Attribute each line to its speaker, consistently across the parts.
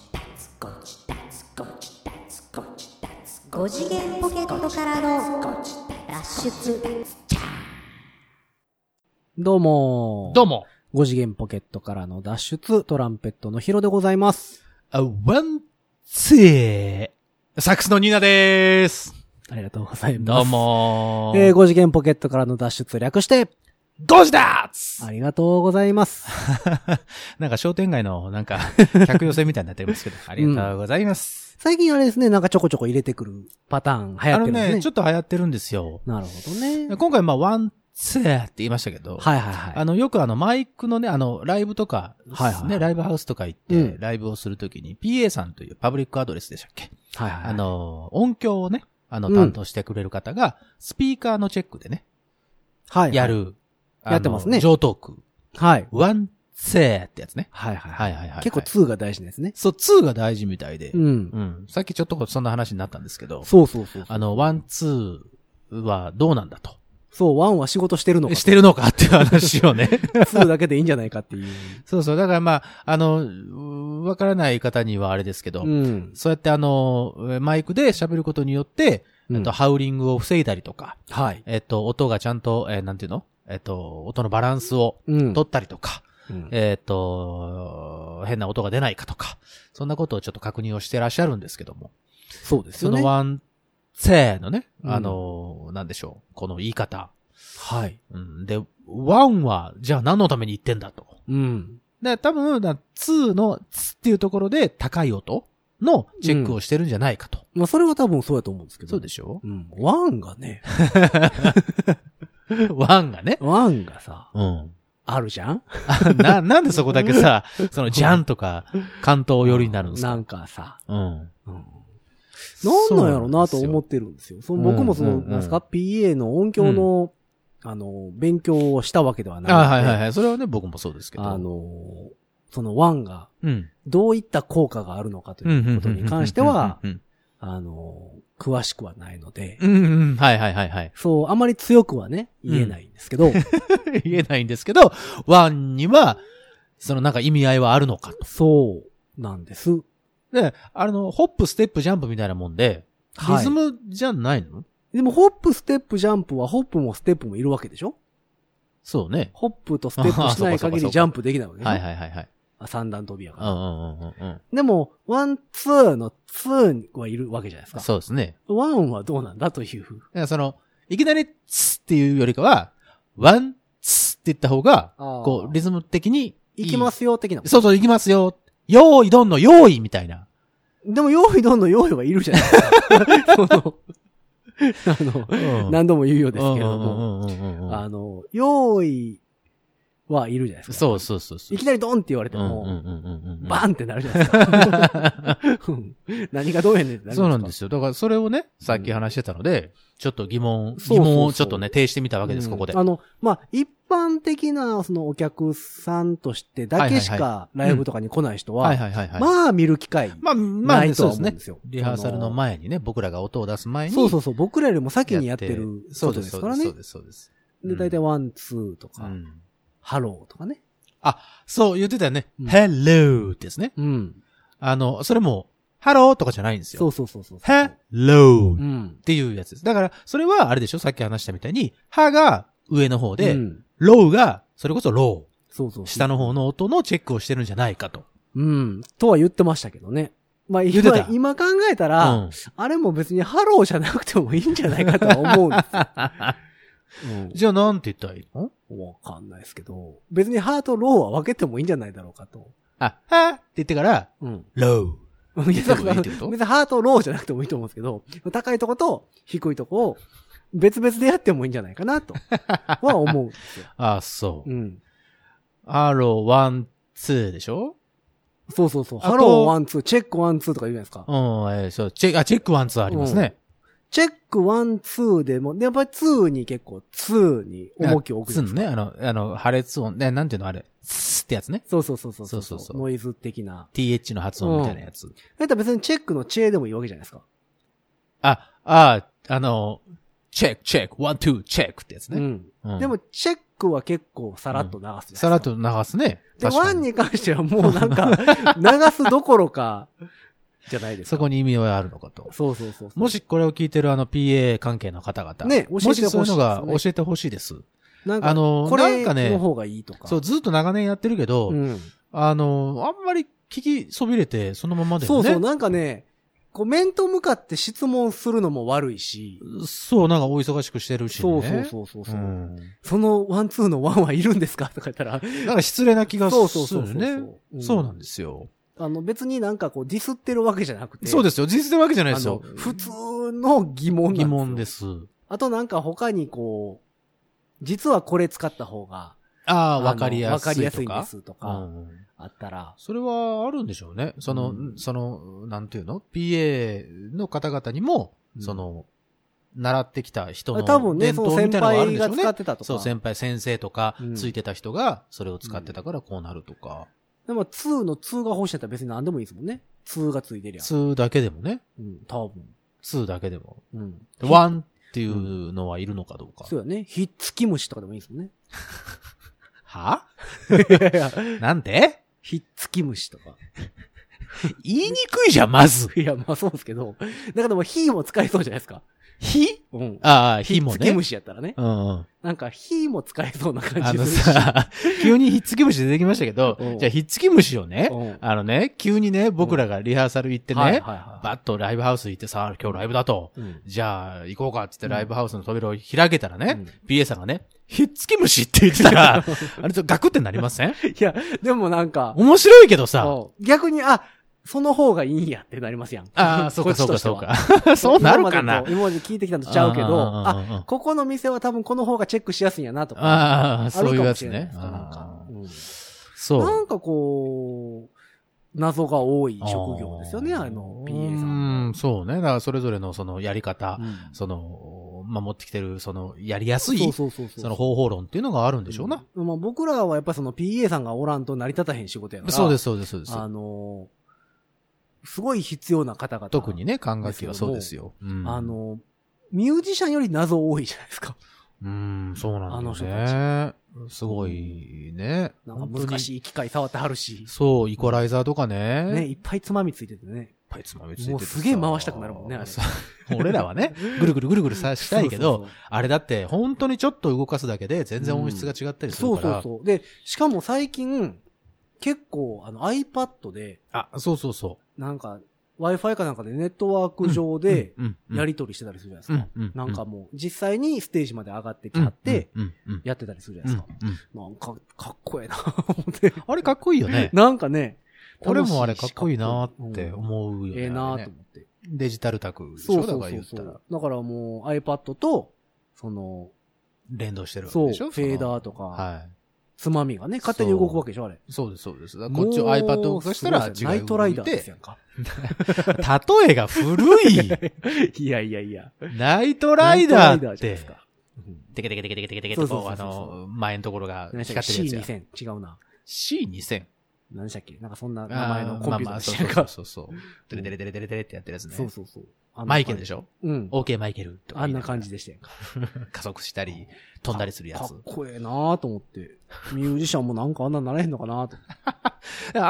Speaker 1: ゴチダツゴチダツゴチダツ5次元ポケットからの脱出
Speaker 2: どうも
Speaker 3: どう
Speaker 2: も。
Speaker 3: も。
Speaker 2: 五次元ポケットからの脱出、トランペットのヒロでございます。
Speaker 3: あワン、ツー。サックスのニーナでーす。
Speaker 2: ありがとうございます。
Speaker 3: どう。も
Speaker 2: えー、五次元ポケットからの脱出略して、
Speaker 3: ゴジダーツ
Speaker 2: ありがとうございます。
Speaker 3: なんか商店街の、なんか、 客寄せみたいになってますけど、ありがとうございます。
Speaker 2: 最近あれですね、なんかちょこちょこ入れてくるパターン流行
Speaker 3: あ
Speaker 2: って
Speaker 3: の
Speaker 2: るんですね。
Speaker 3: ね、ちょっと流行ってるんですよ。
Speaker 2: なるほどね。
Speaker 3: 今回、まあ、ワン、ツーって言いましたけど、
Speaker 2: はいはいはい。
Speaker 3: あの、よくあの、マイクのね、あの、ライブとか、
Speaker 2: はいはい
Speaker 3: ね、ライブハウスとか行って、
Speaker 2: うん
Speaker 3: ライブをするときに、PA さんというパブリックアドレスでしたっけ
Speaker 2: はいはい。
Speaker 3: あ、の、音響をね、あの、
Speaker 2: うん
Speaker 3: 担当してくれる方が、スピーカーのチェックでね、
Speaker 2: はいはい。
Speaker 3: や。る。
Speaker 2: やってますね
Speaker 3: あの上トーク。
Speaker 2: はい。
Speaker 3: ワン、ツーってやつね。
Speaker 2: はいはい。
Speaker 3: はいいはいはい。
Speaker 2: 結構2が大事ですね。
Speaker 3: そう、ツーが大事みたいで。
Speaker 2: うん。
Speaker 3: うんさっきちょっとそんな話になったんですけど、
Speaker 2: そうそうそう。
Speaker 3: あの、ワン、ツーはどうなんだと。
Speaker 2: そう、1は仕事してるのか。
Speaker 3: してるのかっていう 話をね。
Speaker 2: 2だけでいいんじゃないかっていう。
Speaker 3: そうそう。だからまあ、あの、うーわからない方にはあれですけど、
Speaker 2: うん。
Speaker 3: そうやってあの、マイクで喋ることによって、
Speaker 2: うん
Speaker 3: えっと、ハウリングを防いだりとか、
Speaker 2: はい。
Speaker 3: えっと、音がちゃんと、えーなんていうのえっと、音のバランスを
Speaker 2: うん。
Speaker 3: 取ったりとか、
Speaker 2: うん
Speaker 3: えっと、変な音が出ないかとか、そんなことをちょっと確認をしてらっしゃるんですけども、
Speaker 2: そうです
Speaker 3: そ
Speaker 2: よね。
Speaker 3: のワン、せーのね、
Speaker 2: うん
Speaker 3: あのー、なんでしょう、この言い方。
Speaker 2: はい。
Speaker 3: うん、で、ワンは、じゃあ何のために言ってんだと。
Speaker 2: うん。
Speaker 3: で、多分、なツーの、ツっていうところで高い音のチェックをしてるんじゃないかと。
Speaker 2: まあ、それは多分そうやと思うんですけど。
Speaker 3: そうで
Speaker 2: し
Speaker 3: しょ
Speaker 2: ょ。うん。ワンがね、
Speaker 3: ワンがね。
Speaker 2: ワンがさ、
Speaker 3: うん。
Speaker 2: あるじゃん
Speaker 3: な、なんでそこだけさ、その、ジャンとか、関東寄りになるんですか
Speaker 2: なんかさ、
Speaker 3: うん。
Speaker 2: うん。なんなんやろうなと思ってるんですよ。その僕もその、
Speaker 3: うんうんうん
Speaker 2: なんですか、PA の音響の、あの、勉強をしたわけではない
Speaker 3: あ
Speaker 2: ので。
Speaker 3: はいはいはい。それはね、僕もそうですけど。
Speaker 2: あ、の、そのワンが、
Speaker 3: うん。
Speaker 2: どういった効果があるのかと
Speaker 3: う
Speaker 2: い
Speaker 3: ん
Speaker 2: うことに関しては、
Speaker 3: うん、
Speaker 2: あの、詳しくはないので、
Speaker 3: うん、うん、はいはいはいはい。
Speaker 2: そう、あまり強くはね、言えないんですけど、
Speaker 3: 言えないんですけど、ワンには、そのなんか意味合いはあるのかと。
Speaker 2: そうなんです。
Speaker 3: で、あの、ホップ、ステップ、ジャンプみたいなもんで、リズムじゃないの、
Speaker 2: でも、ホップ、ステップ、ジャンプは、ホップもステップもいるわけでしょ
Speaker 3: そうね。
Speaker 2: ホップとステップしない限りジャンプできないわけでしょ、
Speaker 3: はいはいはいはい。
Speaker 2: あ三段跳びやか
Speaker 3: う
Speaker 2: ら。
Speaker 3: んうんうんうん
Speaker 2: でも、ワン、ツーのツーはいるわけじゃないです
Speaker 3: うん。
Speaker 2: か。
Speaker 3: そうですね。
Speaker 2: ワンはどうなんだという。
Speaker 3: だからその、いきなり、ツっていうよりかは、ワン、ツって言った方が、
Speaker 2: あー
Speaker 3: こう、リズム的にいい
Speaker 2: いきますよ、的な。
Speaker 3: そうそう、行きますよ。用意どんの用意みたいな。
Speaker 2: でも、用意どんの用意はいるじゃないです か。その、あの、何度も言うようですけれども、
Speaker 3: うんうんうんうんうん
Speaker 2: あの、用意はいるじゃないですか。
Speaker 3: そうそうそうそう。
Speaker 2: いきなりドンって言われて
Speaker 3: うんうんう
Speaker 2: も、
Speaker 3: んうんうん
Speaker 2: バーンってなるじゃないです か。うん何がどうやねんってなる
Speaker 3: そうなんですすよ。だからそれをね、さっき話してたので、ちょっと疑問、
Speaker 2: そうそう
Speaker 3: 疑
Speaker 2: そう
Speaker 3: 問をちょっとね、呈してみたわけです、
Speaker 2: うん
Speaker 3: ここで。
Speaker 2: あの、まあ、一般的な、そのお客さんとしてだけし
Speaker 3: はい
Speaker 2: かライブとかに来ない人は、
Speaker 3: はいはいはいはい。
Speaker 2: まあ見る機会
Speaker 3: まあ、まあ
Speaker 2: な
Speaker 3: ね、
Speaker 2: いと
Speaker 3: そう
Speaker 2: は思う
Speaker 3: です
Speaker 2: ん
Speaker 3: ね
Speaker 2: ですよ。
Speaker 3: リハーサルの前にね、僕らが音を出す前に。
Speaker 2: そうそううそう、僕らよりも先にやってる
Speaker 3: そ
Speaker 2: こ
Speaker 3: う
Speaker 2: と
Speaker 3: で、
Speaker 2: ですす
Speaker 3: そう
Speaker 2: か
Speaker 3: で
Speaker 2: らね
Speaker 3: す、そう。です、そうです。
Speaker 2: で、大体ワン、ツーと
Speaker 3: う
Speaker 2: か、
Speaker 3: ん
Speaker 2: ハローとかね。
Speaker 3: そう、言ってたよね。
Speaker 2: うん
Speaker 3: hello ですね。
Speaker 2: うん。
Speaker 3: あの、それも、hello とかじゃないんです
Speaker 2: そ
Speaker 3: よ
Speaker 2: う。そうそうそう。
Speaker 3: hello
Speaker 2: う
Speaker 3: っ
Speaker 2: ん。
Speaker 3: ていうやつです。だから、それはあれでしょさっき話したみたいに、はが上の方
Speaker 2: う
Speaker 3: で、
Speaker 2: ん
Speaker 3: ローが、それこそロー。
Speaker 2: そうそう。
Speaker 3: 下の方の音のチェックをしてるんじゃないかと。
Speaker 2: うん。とは言ってましたけどね。まあ、
Speaker 3: 言って
Speaker 2: 今
Speaker 3: た、
Speaker 2: 今考えたら、
Speaker 3: うん
Speaker 2: あれも別にハローじゃなくてもいいんじゃないかとは思うんですよ うん
Speaker 3: じゃあなんて言ったらいいの
Speaker 2: わかんないですけど、別にハート、ローは分けてもいいんじゃないだろうかと。
Speaker 3: あ、はーって言ってから、
Speaker 2: うん。
Speaker 3: ロ
Speaker 2: いや、だから、
Speaker 3: いいって
Speaker 2: 別
Speaker 3: こと
Speaker 2: にハート、ローじゃなくてもいいと思うんですけど、高いとこと低いとこを別々でやってもいいんじゃないかな と、は思うんですよ
Speaker 3: ー。。あ、そう
Speaker 2: う。ん。
Speaker 3: ハロー、ワン、ツーでしょ
Speaker 2: そうそうそう。
Speaker 3: あと
Speaker 2: ハロー、ワン、ツー、チェック、ワン、ツーとか言うじゃないですか。
Speaker 3: うん、えーそう、チェック、あ、チェックワン、ツーありますね。
Speaker 2: チェック、ワン、ツーでも、でやっぱりツーに結構、ツーに重きを置くじ
Speaker 3: ツ
Speaker 2: ゃ
Speaker 3: ー
Speaker 2: な
Speaker 3: の
Speaker 2: いですか。
Speaker 3: ね、あの、あの、破裂音、ね、なんていうのあれ、ツーってやつね。
Speaker 2: そうそうそうそうそう
Speaker 3: そうそうそう
Speaker 2: ノイズ的な。
Speaker 3: th の発音みたいなやつ。
Speaker 2: だったら別にチェックのチェーでもいいわけじゃないですか。
Speaker 3: あ、あ、あの、チェック、チェック、ワン、ツー、チェックってやつ
Speaker 2: う
Speaker 3: ね。
Speaker 2: ん。
Speaker 3: うん
Speaker 2: でも、、チェックは結構さらっと流すじゃないですか。
Speaker 3: さらっと流すね。
Speaker 2: で、
Speaker 3: 確か
Speaker 2: ワンに関してはもうなんか、流すどころか、じゃないですか。
Speaker 3: そこに意味はあるのかと。
Speaker 2: そうそうそうそう。
Speaker 3: もしこれを聞いてるあの PA 関係の方々。
Speaker 2: ね教えてほしいで
Speaker 3: も
Speaker 2: すね
Speaker 3: しそういうのが教えてほしいです。
Speaker 2: なんか、
Speaker 3: あの
Speaker 2: こ
Speaker 3: なん
Speaker 2: れ
Speaker 3: かね
Speaker 2: の方がいいとか。
Speaker 3: そう、ずっと長年やってるけど、
Speaker 2: うん。
Speaker 3: あの、あんまり聞きそびれてそのままで
Speaker 2: そう
Speaker 3: ね。
Speaker 2: そう、なんかね、こう、面と向かって質問するのも悪いし。
Speaker 3: そう、なんかお忙しくしてるしね。
Speaker 2: そうそうそうそうそう。
Speaker 3: うん
Speaker 2: そのワンツーのワンはいるんですかとか言ったら。
Speaker 3: なんか失礼な気がする
Speaker 2: そ
Speaker 3: よ
Speaker 2: うそうそうそう
Speaker 3: ね。
Speaker 2: うん
Speaker 3: そうなんですよ。
Speaker 2: あの、別になんかこう、ディスってるわけじゃなくて。。
Speaker 3: そうですすよ。実際わけじゃない
Speaker 2: あ
Speaker 3: です
Speaker 2: の
Speaker 3: よ。、
Speaker 2: 普通の疑問なん
Speaker 3: 疑問です
Speaker 2: よ。
Speaker 3: す。
Speaker 2: あとなんか他にこう、実はこれ使った方が、
Speaker 3: ああ、
Speaker 2: あの
Speaker 3: わかりや
Speaker 2: わ
Speaker 3: すいとか。
Speaker 2: かりやすいんですと
Speaker 3: う
Speaker 2: か、
Speaker 3: ん
Speaker 2: あったら。
Speaker 3: それはあるんでしょうね。そ
Speaker 2: う
Speaker 3: の、
Speaker 2: ん
Speaker 3: その、なんていうの ?PA の方々にも、
Speaker 2: うん
Speaker 3: その、習ってきた人の
Speaker 2: 多分ね、
Speaker 3: 伝
Speaker 2: その
Speaker 3: 統み
Speaker 2: 先
Speaker 3: たいなのがあるん
Speaker 2: 輩
Speaker 3: でしょ
Speaker 2: が使
Speaker 3: うね
Speaker 2: っ。てたとか。
Speaker 3: そう、先輩、先生とか
Speaker 2: うん、
Speaker 3: ついてた人が、それを使ってたからこうなるとか。
Speaker 2: でも2の2が欲しいんだったら別に何でもいいですもんね。2がついてりゃ。
Speaker 3: 2だけでもね。
Speaker 2: うん、多分。
Speaker 3: 2だけでも。
Speaker 2: うん。
Speaker 3: 1っていうのはいるのかどうか。
Speaker 2: そうやね。ひっつき虫とかでもいいです もんね。
Speaker 3: はい
Speaker 2: やいや
Speaker 3: なんで
Speaker 2: ひっつき虫とか。
Speaker 3: 言いにくいじゃん、まず。
Speaker 2: いや、まあそうですけど。だからもう火も使えそうじゃないですか。
Speaker 3: 火
Speaker 2: うん。
Speaker 3: ああ、火も
Speaker 2: ひっつき
Speaker 3: ね。
Speaker 2: 虫やったらね。
Speaker 3: うんうん。
Speaker 2: なんか火も使えそうな感
Speaker 3: あ
Speaker 2: じ
Speaker 3: の
Speaker 2: するし。
Speaker 3: さ、 急にひっつき虫出てきましたけど
Speaker 2: うん、
Speaker 3: じゃあひっつき虫をね、
Speaker 2: うん
Speaker 3: あのね、急にね、僕らがリハーサル行って
Speaker 2: はいはい
Speaker 3: ね、
Speaker 2: はい
Speaker 3: バッとライブハウス行ってさ、今日ライブだと。
Speaker 2: うん
Speaker 3: じゃあ、行こうかって言ってライブハウスの扉を開けたらね、
Speaker 2: う
Speaker 3: PA さんがね、ひっつき虫って言ってた ら、あれちょっとガクってなりません
Speaker 2: いや、でもなんか、
Speaker 3: 面白いけどさ、
Speaker 2: そう逆に、あ、その方がいいんやってなりますやん。
Speaker 3: あ あ、そう
Speaker 2: こ
Speaker 3: か
Speaker 2: っち
Speaker 3: そう
Speaker 2: と
Speaker 3: か
Speaker 2: して
Speaker 3: そう
Speaker 2: は。
Speaker 3: か。そうなるか
Speaker 2: 今ま。
Speaker 3: な
Speaker 2: でと今まで聞いてきたのとちゃうけど、
Speaker 3: うんうんうんうん
Speaker 2: あ、ここの店は多分この方がチェックしやすいんやなとか。
Speaker 3: ああ、
Speaker 2: ある
Speaker 3: そうい
Speaker 2: か
Speaker 3: う
Speaker 2: も
Speaker 3: や
Speaker 2: し
Speaker 3: つ
Speaker 2: れない
Speaker 3: ね
Speaker 2: です。なんか
Speaker 3: あー
Speaker 2: うん
Speaker 3: そう。
Speaker 2: なんかこう、謎が多い職業ですよね、あの、PA さん。
Speaker 3: うん、そうね。だからそれぞれのそのやり方、
Speaker 2: うん
Speaker 3: その、まあ、持ってきてる、その、やりやすい、
Speaker 2: そう
Speaker 3: そ
Speaker 2: そうそうそう。
Speaker 3: の方法論っていうのがあるんでしょうな。
Speaker 2: うん。まあ僕らはやっぱその PA さんがおらんと成り立たへん仕事やから。
Speaker 3: そうです、そうです、そうです。
Speaker 2: あのー、すごい必要な方々。
Speaker 3: 特にね、管楽器はそうですよ。うん
Speaker 2: あ、の、ミュージシャンより謎多いじゃないです か。
Speaker 3: うん、そうなんです
Speaker 2: あ
Speaker 3: ね。すごいね。
Speaker 2: なんか難
Speaker 3: い。
Speaker 2: しい機械触ってはるし。
Speaker 3: そう、イコライザーとかね。
Speaker 2: ね、
Speaker 3: いっ
Speaker 2: いっぱいつまみついててね。
Speaker 3: ぱいつまみついててさ
Speaker 2: もうすげえ回したくなるもんねあれ
Speaker 3: そう俺らはね、ぐるぐるぐるぐるさしたいけど、
Speaker 2: そう
Speaker 3: あれだって、本当にちょっと動かすだけで全然音質が違ったりす
Speaker 2: そうそ
Speaker 3: る
Speaker 2: う
Speaker 3: か
Speaker 2: そ
Speaker 3: ら。
Speaker 2: うそう。で、しかも最近、結構、あの iPad で、
Speaker 3: あ、そうそうそ
Speaker 2: なんか、Wi-Fi かなんかでネットワー
Speaker 3: う。
Speaker 2: ク上で、
Speaker 3: うん、うん
Speaker 2: やり取りしてたりするじゃないです
Speaker 3: う
Speaker 2: か。
Speaker 3: ん、う
Speaker 2: なんか、もう、実際にステージまで上がってきはって、、
Speaker 3: うん、うん、
Speaker 2: やってたりするじゃな
Speaker 3: う
Speaker 2: い
Speaker 3: ん
Speaker 2: ですか。なんか、かっこええな、思って。。
Speaker 3: あれかっこいいよね
Speaker 2: なんかね、
Speaker 3: 俺もあれかっこいいなーっ
Speaker 2: 楽しい
Speaker 3: て
Speaker 2: し
Speaker 3: 思うよね。
Speaker 2: ええな
Speaker 3: あ
Speaker 2: ー
Speaker 3: れ
Speaker 2: と
Speaker 3: ね
Speaker 2: 思って。
Speaker 3: デジタルタクでし
Speaker 2: そ
Speaker 3: ょ
Speaker 2: う
Speaker 3: だ
Speaker 2: そ
Speaker 3: か
Speaker 2: う
Speaker 3: ら
Speaker 2: そ
Speaker 3: 言
Speaker 2: う
Speaker 3: っ
Speaker 2: そ
Speaker 3: たら
Speaker 2: う。。だからもう iPad と、その、
Speaker 3: 連動してるわけ
Speaker 2: そう、
Speaker 3: でし
Speaker 2: フ
Speaker 3: ょ
Speaker 2: ェー
Speaker 3: その
Speaker 2: ダーとか、
Speaker 3: は
Speaker 2: つまみがね、勝手に動くわけでしょ、あれ。
Speaker 3: い。そうです、そうです。だからこっちを iPad を動かしたら違う。
Speaker 2: ナイトライダーですやんか。
Speaker 3: 例えが古 い
Speaker 2: いやいやいや。
Speaker 3: ナイトライダーっ
Speaker 2: じゃない
Speaker 3: て
Speaker 2: です、か。
Speaker 3: テケテケテケテケテケテケって
Speaker 2: そう
Speaker 3: こ
Speaker 2: そう
Speaker 3: う、
Speaker 2: そう
Speaker 3: あ
Speaker 2: そう
Speaker 3: の、前のところが
Speaker 2: 何でし
Speaker 3: 光
Speaker 2: たっ
Speaker 3: っ
Speaker 2: け
Speaker 3: てるやつや。
Speaker 2: ?C2000。違うな。
Speaker 3: C2000。
Speaker 2: 何でしたっけなんかそんな名前
Speaker 3: あ
Speaker 2: の
Speaker 3: ー
Speaker 2: コンピューター
Speaker 3: まあまあ
Speaker 2: で
Speaker 3: そ
Speaker 2: し
Speaker 3: う
Speaker 2: たやんか。
Speaker 3: そうそうそう。デレデレデレデレデレってやってるやつね。
Speaker 2: そうそうそう。あの
Speaker 3: マイケルでしょ
Speaker 2: うん。
Speaker 3: ?OK マイケルとか
Speaker 2: あ
Speaker 3: 言
Speaker 2: んな
Speaker 3: いがら
Speaker 2: 感じでしたやんか。
Speaker 3: 加速したり、飛んだりするや
Speaker 2: か
Speaker 3: つ
Speaker 2: っ。こええなーと思って。ミュージシャンもなんかあんなになれへんのかなと。
Speaker 3: あ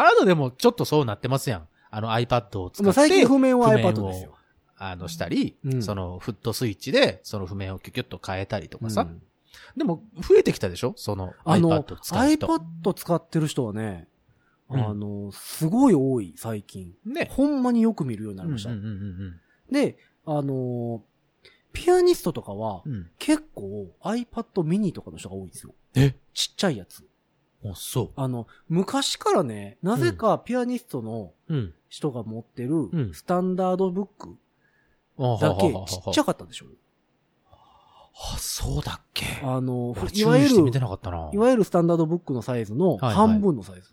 Speaker 3: なたでもちょっとそうなってますやん。あの iPad を使
Speaker 2: もう
Speaker 3: っ
Speaker 2: 最近
Speaker 3: て、
Speaker 2: 譜面は
Speaker 3: 譜面を
Speaker 2: iPad ですよ。
Speaker 3: あのしたり、
Speaker 2: うん
Speaker 3: そのフットスイッチで、その譜面をキュキュッと変えたりとかさ。
Speaker 2: うん
Speaker 3: でも、増えてきたでしょその
Speaker 2: あの、
Speaker 3: iPad 使う人。
Speaker 2: iPad 使ってる人はね、あ
Speaker 3: うん
Speaker 2: の、すごい多い、最近。
Speaker 3: ね。
Speaker 2: ほんまによく見るようにな
Speaker 3: うん
Speaker 2: り
Speaker 3: うん
Speaker 2: ま
Speaker 3: う
Speaker 2: した。
Speaker 3: ん
Speaker 2: で、あの、ピアニストとかは
Speaker 3: う、んうん。
Speaker 2: 結構 iPad mini とかの人が多いんですよ。
Speaker 3: え
Speaker 2: ちっちゃいやつ。
Speaker 3: あ、そ
Speaker 2: あの、昔からね、なぜかピアニストの
Speaker 3: う。うん。
Speaker 2: 人が持って
Speaker 3: う
Speaker 2: る
Speaker 3: ん
Speaker 2: スタンダードブック
Speaker 3: あ
Speaker 2: だけちっちゃかったでしょ
Speaker 3: あ、そうだっけ
Speaker 2: あの、
Speaker 3: 俺
Speaker 2: いわ
Speaker 3: 注意
Speaker 2: ゆ
Speaker 3: して見て
Speaker 2: る、。
Speaker 3: なかったない
Speaker 2: わゆるスタンダードブックのサイズの
Speaker 3: はいはい
Speaker 2: 半分のサイズ。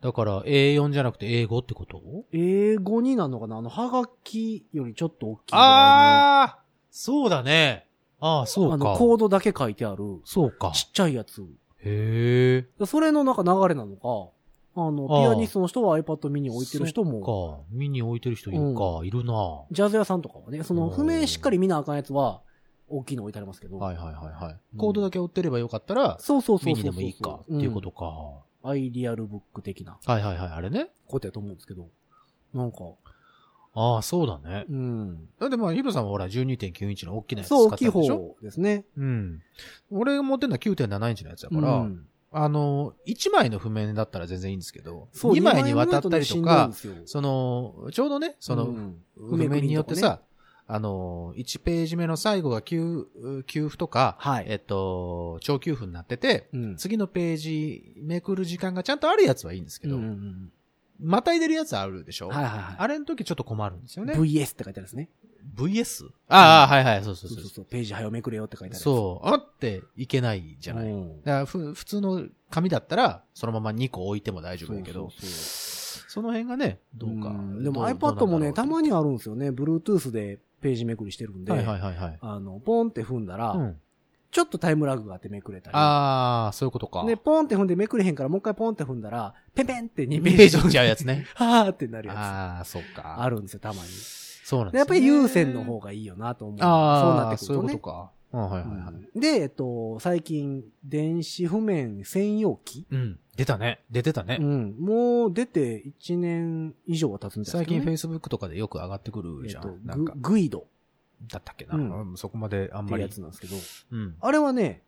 Speaker 3: だから A4 じゃなくて A5 ってこと
Speaker 2: 英語になるのかなあの、はがきよりちょっと大きいぐら
Speaker 3: ああそうだね。ああ、
Speaker 2: い
Speaker 3: そ
Speaker 2: の。
Speaker 3: う
Speaker 2: あ
Speaker 3: か。
Speaker 2: の、コードだけ書いてある、
Speaker 3: そうか。
Speaker 2: ちっちゃいやつ。
Speaker 3: へえ。
Speaker 2: それのなんか流れなのか、あの、
Speaker 3: あ
Speaker 2: ピ
Speaker 3: ー
Speaker 2: アニストの人は iPad ミニ置いてる人も、
Speaker 3: そっか。見に置いてる人いるか、いるなは
Speaker 2: ジャズ屋さんとかはね、その、
Speaker 3: うん
Speaker 2: 譜面しっかり見なあかんやつは、大きいの置いてありますけど。
Speaker 3: いはいはいはい。
Speaker 2: うん
Speaker 3: コードだけ追ってればよかったら、
Speaker 2: そうそうそ
Speaker 3: 見
Speaker 2: うそうそ
Speaker 3: にで
Speaker 2: う。
Speaker 3: もいいか、っていうことか。
Speaker 2: うんアイディアルブック的な
Speaker 3: はいはいはい、あれね。
Speaker 2: ことやと思うんですけど、なんか、
Speaker 3: ああ、そうだね。
Speaker 2: うん。
Speaker 3: だってまあ、ヒロさんはほら、12.91の大きなやつ使
Speaker 2: そう、
Speaker 3: っ
Speaker 2: 大
Speaker 3: て
Speaker 2: きい
Speaker 3: たでしょ
Speaker 2: 方ですね。
Speaker 3: うん。俺が持ってるのは9.7インチのやつだから、
Speaker 2: うん
Speaker 3: あの、1枚の譜面だったら全然いいんですけど、
Speaker 2: そう
Speaker 3: 2枚にわたったりと
Speaker 2: 二
Speaker 3: か、、
Speaker 2: 枚目だねしんどいんですよ
Speaker 3: その、ちょうどね、その、
Speaker 2: うん
Speaker 3: 譜面によってさ、あの、1ページ目の最後が給給付とか、
Speaker 2: はい
Speaker 3: えっと、長給付になってて、
Speaker 2: うん。
Speaker 3: 次のページめくる時間がちゃんとあるやつはいいんですけど、
Speaker 2: うんうん
Speaker 3: また入れるやつあるでしょ、
Speaker 2: うんはいはいはい。
Speaker 3: あれの時ちょっと困るんですよね。
Speaker 2: VS って書いてあるんですね。
Speaker 3: VS? ああ、はいはい、そうそう
Speaker 2: そう
Speaker 3: そう
Speaker 2: そう。そう。ページ早めくれよって書いてある。
Speaker 3: そう、あっていけないじゃない。だ
Speaker 2: うん
Speaker 3: からふ普通の紙だったら、そのまま2個置いても大丈夫だけど、
Speaker 2: そうそう
Speaker 3: その辺がね、どうか。
Speaker 2: んでも
Speaker 3: どうどうなんだ
Speaker 2: iPad
Speaker 3: ろう
Speaker 2: もね、たまにあるんですよね。Bluetooth でページめくりしてるんで、
Speaker 3: はいはいはいはい。
Speaker 2: あの、ポンって踏んだら、
Speaker 3: うん、
Speaker 2: ちょっとタイムラグがあってめくれたり。
Speaker 3: ああ、そういうことか。
Speaker 2: で、ポンって踏んでめくれへんから、もう一回ポンって踏んだら、ペンペンって2ペ
Speaker 3: 2
Speaker 2: ー
Speaker 3: ペー
Speaker 2: ジ
Speaker 3: ジ落ちちゃうやつね。
Speaker 2: はーってなるや
Speaker 3: ああ、そう
Speaker 2: つ。
Speaker 3: か。
Speaker 2: あるんですよ、たまに。
Speaker 3: そうなん
Speaker 2: で
Speaker 3: です、ね、
Speaker 2: やっぱり有線の方がいいよなと思う。
Speaker 3: ああ、
Speaker 2: そうなってくる
Speaker 3: そう
Speaker 2: と
Speaker 3: いう
Speaker 2: ね。
Speaker 3: ことか。うん、はいはいはい。
Speaker 2: うんで、えっと、最近、電子譜面専用機
Speaker 3: うん。出たね。出てたね。
Speaker 2: うん。もう出て1年以上は経つみたい
Speaker 3: 最
Speaker 2: ですけ
Speaker 3: 近
Speaker 2: どね。
Speaker 3: Facebook とかでよく上がってくるじゃん。
Speaker 2: え
Speaker 3: な
Speaker 2: っ
Speaker 3: ん
Speaker 2: と
Speaker 3: か、
Speaker 2: グ、グイド
Speaker 3: だったっけな、
Speaker 2: う
Speaker 3: そこまであ
Speaker 2: っ
Speaker 3: ん
Speaker 2: て
Speaker 3: ま
Speaker 2: いうや
Speaker 3: り。
Speaker 2: つなんですけど、
Speaker 3: うん。
Speaker 2: あれはね、